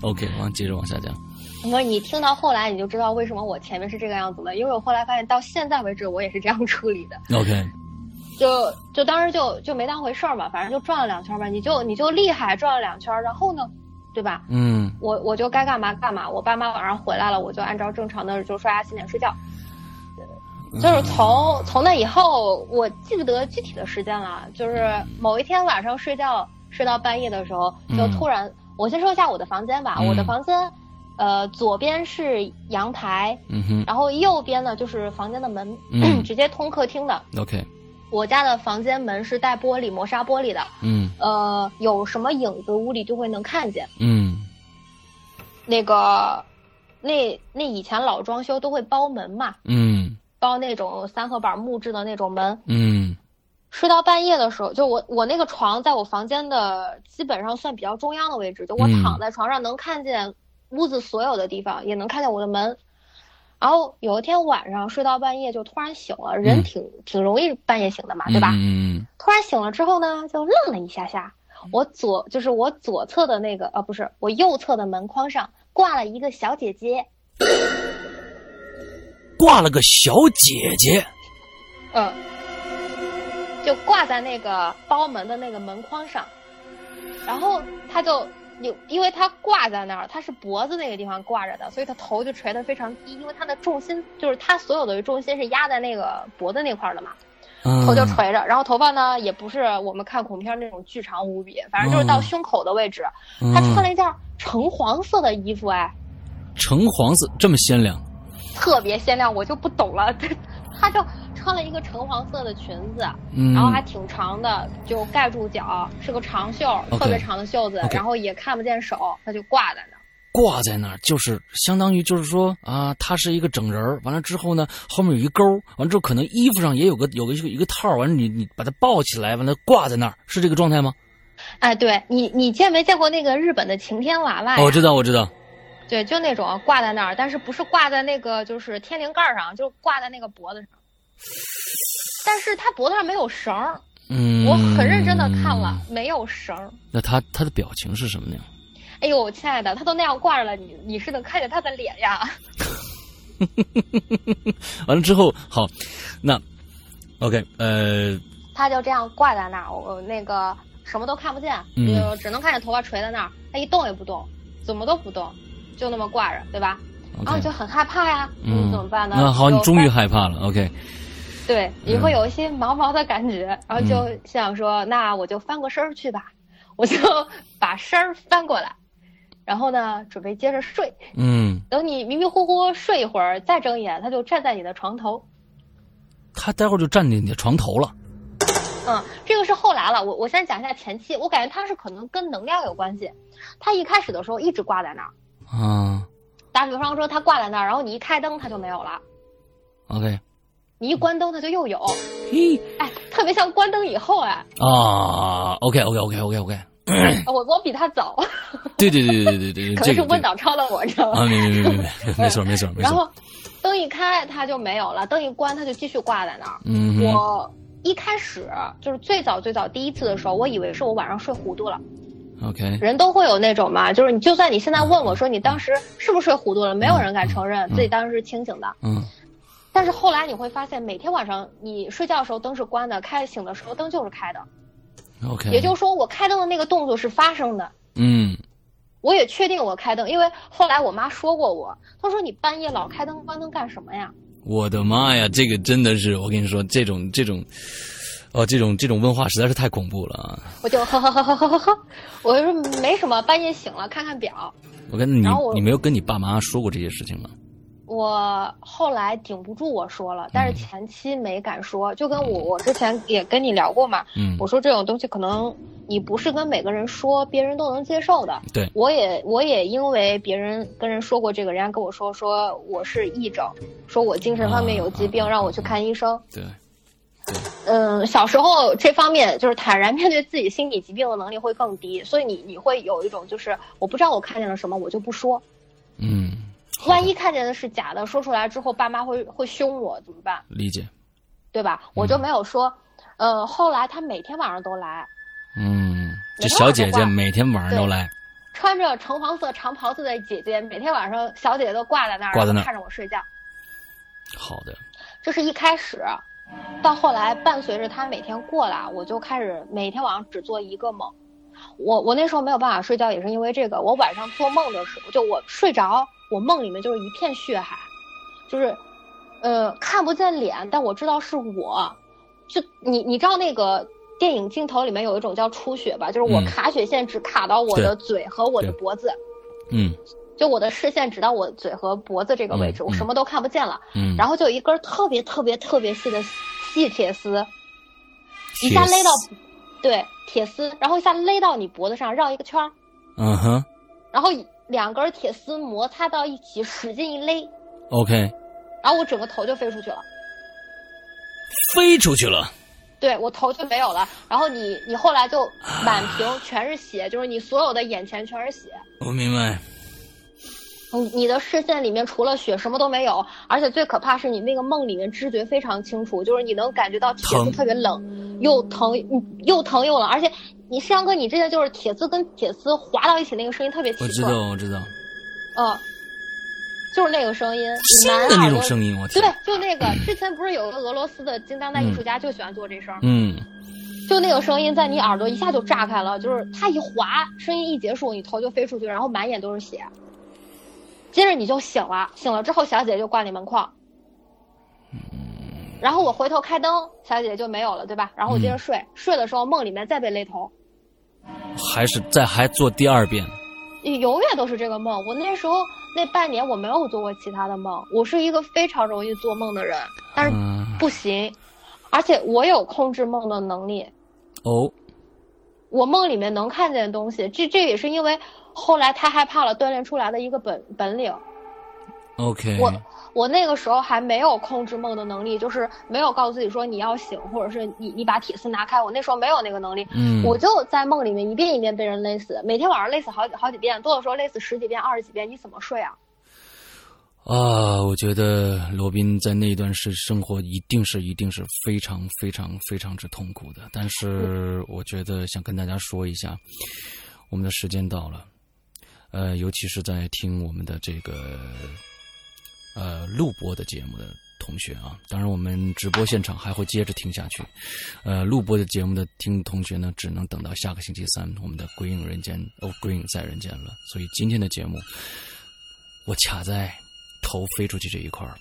Speaker 1: OK，往接着往下讲。
Speaker 2: 不是你听到后来你就知道为什么我前面是这个样子了，因为我后来发现到现在为止我也是这样处理的。
Speaker 1: OK，
Speaker 2: 就就当时就就没当回事儿嘛，反正就转了两圈吧，你就你就厉害转了两圈，然后呢，对吧？
Speaker 1: 嗯，
Speaker 2: 我我就该干嘛干嘛，我爸妈晚上回来了，我就按照正常的就刷牙洗脸睡觉。
Speaker 1: 嗯
Speaker 2: 就是从从那以后，我记不得具体的时间了。就是某一天晚上睡觉睡到半夜的时候，就突然，
Speaker 1: 嗯、
Speaker 2: 我先说一下我的房间吧。
Speaker 1: 嗯、
Speaker 2: 我的房间，呃，左边是阳台，
Speaker 1: 嗯、
Speaker 2: 然后右边呢就是房间的门， 直接通客厅的。
Speaker 1: OK，
Speaker 2: 我家的房间门是带玻璃磨砂玻璃的，
Speaker 1: 嗯，
Speaker 2: 呃，有什么影子屋里就会能看见。
Speaker 1: 嗯，
Speaker 2: 那个，那那以前老装修都会包门嘛，
Speaker 1: 嗯，
Speaker 2: 包那种三合板木质的那种门。
Speaker 1: 嗯，
Speaker 2: 睡到半夜的时候，就我我那个床在我房间的基本上算比较中央的位置，就我躺在床上能看见屋子所有的地方，也能看见我的门。然后有一天晚上睡到半夜就突然醒了，人挺、挺容易半夜醒的啊嘛，对吧？
Speaker 1: 嗯嗯
Speaker 2: 突然醒了之后呢，就愣了一下下。我左就是我左侧的那个啊，不是我右侧的门框上挂了一个小姐姐，
Speaker 1: 挂了个小姐姐。
Speaker 2: 嗯，就挂在那个包门的那个门框上，然后他就有，因为他挂在那儿，他是脖子那个地方挂着的，所以他头就垂得非常低，因为他的重心就是他所有的重心是压在那个脖子那块儿的嘛，
Speaker 1: 嗯
Speaker 2: 头就垂着，然后头发呢也不是我们看恐怖片那种巨长无比，反正就是到胸口的位置，
Speaker 1: 嗯
Speaker 2: 他穿了一件橙黄色的衣服，哎，
Speaker 1: 橙黄色，这么鲜亮。
Speaker 2: 特别鲜亮，我就不懂了， 他就穿了一个橙黄色的裙子。
Speaker 1: 嗯，
Speaker 2: 然后还挺长的，就盖住脚，是个长袖
Speaker 1: OK
Speaker 2: 特别长的袖子
Speaker 1: OK
Speaker 2: 然后也看不见手，它就挂在那儿。
Speaker 1: 挂在那儿，就是相当于就是说啊，它是一个整人儿。完了之后呢，后面有一钩，完了之后可能衣服上也有个有个一个一个套儿，完了你你把它抱起来，完了挂在那儿，是这个状态吗？
Speaker 2: 哎，对你，你见没见过那个日本的晴天娃娃呀？
Speaker 1: 哦，我知道，我知道。
Speaker 2: 对，就那种挂在那儿，但是不是挂在那个就是天灵盖儿上，就是挂在那个脖子上。但是它脖子上没有绳儿，
Speaker 1: 嗯，
Speaker 2: 我很认真的看了，。没有绳儿。
Speaker 1: 那他他的表情是什么呢？
Speaker 2: 哎呦，亲爱的，他都那样挂着了，你你是能看见他的脸呀？
Speaker 1: 完了之后，好，那 OK，呃，
Speaker 2: 他就这样挂在那儿，我我那个什么都看不见，
Speaker 1: 嗯
Speaker 2: 就只能看着头发垂在那儿，他一动也不动，怎么都不动，就那么挂着，对吧？然后
Speaker 1: OK，
Speaker 2: 你就很害怕呀，
Speaker 1: 嗯，
Speaker 2: 你怎么办呢？
Speaker 1: 那好，你
Speaker 2: 就
Speaker 1: 终于嗯
Speaker 2: 发
Speaker 1: 害怕了。OK，
Speaker 2: 对，你会有一些毛毛的感觉，
Speaker 1: 嗯
Speaker 2: 然后就想说，那我就翻个身儿去吧， 我就把身儿翻过来，然后呢，准备接着睡。
Speaker 1: 嗯，
Speaker 2: 等你迷迷糊糊睡一会儿，再睁眼，他就站在你的床头。
Speaker 1: 他待会儿就站在你的床头了。
Speaker 2: 嗯，这个是后来了。我我先讲一下前期，我感觉它是可能跟能量有关系。它一开始的时候一直挂在那儿，
Speaker 1: 啊
Speaker 2: 打比方说它挂在那儿，然后你一开灯它就没有了，
Speaker 1: ，OK，
Speaker 2: 你一关灯它就又有，
Speaker 1: 嘿，
Speaker 2: 哎，特别像关灯以后哎，
Speaker 1: 啊，OK，OK，OK，OK，OK，、
Speaker 2: 我我比他 早，
Speaker 1: 对对对对对对，
Speaker 2: 可
Speaker 1: 这
Speaker 2: 能是
Speaker 1: 个
Speaker 2: 温
Speaker 1: 对
Speaker 2: 导超了我，你知道
Speaker 1: 啊，
Speaker 2: 吗？
Speaker 1: 没没没没没，没错没错啊没
Speaker 2: 然
Speaker 1: 错，
Speaker 2: 后灯一开它就没有了，灯一关它就继续挂在那儿。
Speaker 1: 嗯哼，
Speaker 2: 我一开始就是最早最早第一次的时候，我以为是我晚上睡糊涂了。
Speaker 1: ，OK，
Speaker 2: 人都会有那种嘛，就是你就算你现在问我说你当时是不是睡糊涂了，没有人敢承认自己当时是清醒的。
Speaker 1: 嗯
Speaker 2: 但是后来你会发现，每天晚上你睡觉的时候灯是关的，开醒的时候灯就是开的，
Speaker 1: ，OK，
Speaker 2: 也就是说我开灯的那个动作是发生的。
Speaker 1: 嗯
Speaker 2: 我也确定我开灯，因为后来我妈说过我，她说你半夜老开灯关灯干什么呀？
Speaker 1: 我的妈呀，这个真的是，我跟你说，这种这种，哦，这种这种问话实在是太恐怖了啊！
Speaker 2: 我就呵呵呵呵呵呵 呵，我就说没什么，半夜醒了看看表，
Speaker 1: 我跟你
Speaker 2: 然后我
Speaker 1: 你没有跟你爸妈说过这些事情吗？
Speaker 2: 我我后来顶不住，我说了，但是前期没敢说，就跟我我之前也跟你聊过嘛，
Speaker 1: 嗯
Speaker 2: 我说这种东西可能你不是跟每个人说，别人都能接受的。
Speaker 1: 对
Speaker 2: 我也我也因为别人跟人说过这个，人家跟我说说我是癔症，说我精神方面有疾病，
Speaker 1: 啊啊啊
Speaker 2: 让我去看医生。
Speaker 1: 对，
Speaker 2: 嗯，小时候这方面就是坦然面对自己心理疾病的能力会更低，所以你你会有一种就是我不知道我看见了什么，我就不说，
Speaker 1: 嗯，好
Speaker 2: 万一看见的是假的，说出来之后爸妈会会凶我怎么办？
Speaker 1: 理解，
Speaker 2: 对吧？
Speaker 1: 嗯
Speaker 2: 我就没有说。呃，后来他每天晚上都来，
Speaker 1: 嗯，这
Speaker 2: 没
Speaker 1: 小
Speaker 2: 办
Speaker 1: 姐
Speaker 2: 法
Speaker 1: 姐每天晚上都
Speaker 2: 对
Speaker 1: 来，
Speaker 2: 穿着橙黄色长袍子的姐姐，每天晚上小姐姐都挂在那儿，
Speaker 1: 挂在那儿
Speaker 2: 然后看着我睡觉。
Speaker 1: 好的，
Speaker 2: 这是一开始，到后来伴随着她每天过来，我就开始每天晚上只做一个梦。我我那时候没有办法睡觉，也是因为这个。我晚上做梦的时候，就我睡着，我梦里面就是一片血海，就是，呃，看不见脸，但我知道是我。就你你知道那个电影镜头里面有一种叫出血吧，就是我
Speaker 1: 嗯
Speaker 2: 卡血线只卡到我的嘴和我的
Speaker 1: 对
Speaker 2: 脖子，
Speaker 1: 嗯
Speaker 2: 就我的视线只到我嘴和脖子这个位置，
Speaker 1: 嗯
Speaker 2: 我什么都看不见了。
Speaker 1: 嗯，
Speaker 2: 然
Speaker 1: 后
Speaker 2: 后就有一根特别特别特别细的细铁丝，一下勒到，对，铁丝，然后一下勒到你脖子上，绕一个圈儿，
Speaker 1: 嗯哼
Speaker 2: 然后两根铁丝摩擦到一起，使劲一勒，
Speaker 1: ，OK，
Speaker 2: 然后我整个头就飞出去了。
Speaker 1: 飞出去了，
Speaker 2: 对我头就没有了，然后你你后来就满
Speaker 1: 啊
Speaker 2: 屏全是血，就是你所有的眼前全是血，
Speaker 1: 我明白，
Speaker 2: 你你的视线里面除了血什么都没有，而且最可怕是你那个梦里面知觉非常清楚，就是你能感觉到铁
Speaker 1: 疼
Speaker 2: 丝特别冷，又疼嗯又疼又冷，而且你山哥，你之前就是铁丝跟铁丝划到一起那个声音特别奇
Speaker 1: 我知
Speaker 2: 怪，
Speaker 1: 道我知道，
Speaker 2: 嗯，就是那个声音，
Speaker 1: 新
Speaker 2: 男
Speaker 1: 的那
Speaker 2: 耳
Speaker 1: 种
Speaker 2: 朵，
Speaker 1: 声音，我
Speaker 2: 对
Speaker 1: 天，，
Speaker 2: 就那个之前不是有个俄罗斯的京当代艺术家就喜欢做这声儿，
Speaker 1: 嗯，
Speaker 2: 就那个声音在你耳朵一下就炸开了，就是它一滑，声音一结束，你头就飞出去，然后满眼都是血。接着你就醒了，醒了之后，小姐姐就挂你门框。然后我回头开灯，小姐姐就没有了，对吧？然后我接着睡，睡的时候梦里面再被勒头，
Speaker 1: 还是再还做第二遍，
Speaker 2: 永远都是这个梦。我那时候那半年我没有做过其他的梦，我是一个非常容易做梦的人，但是
Speaker 1: 嗯，
Speaker 2: 不行，而且我有控制梦的能力，
Speaker 1: 哦，
Speaker 2: 我梦里面能看见的东西，这这也是因为后来太害怕了锻炼出来的一个本本领。
Speaker 1: OK，
Speaker 2: 我我那个时候还没有控制梦的能力，就是没有告诉自己说你要醒，或者是你你把铁丝拿开。我那时候没有那个能力，
Speaker 1: 嗯，
Speaker 2: 我就在梦里面一遍一遍被人勒死，每天晚上勒死好几好几遍，多的时候勒死十几遍、二十几遍，你怎么睡啊？
Speaker 1: 啊，我觉得罗宾在那一段是生活，一定是一定是非常非常非常之痛苦的。但是
Speaker 2: 嗯
Speaker 1: 我觉得想跟大家说一下，我们的时间到了，呃，尤其是在听我们的这个呃录播的节目的同学啊，当然我们直播现场还会接着听下去。呃，录播的节目的听同学呢，只能等到下个星期三我们的《鬼影人间》哦，《鬼影在人间》了。所以今天的节目，我卡在头飞出去这一块儿。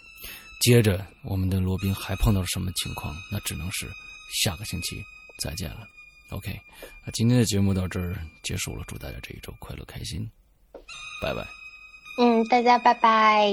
Speaker 1: 接着，我们的罗宾还碰到了什么情况？那只能是下个星期再见了。OK，那今天的节目到这儿结束了，祝大家这一周快乐开心，拜拜。
Speaker 2: 嗯，大家拜拜。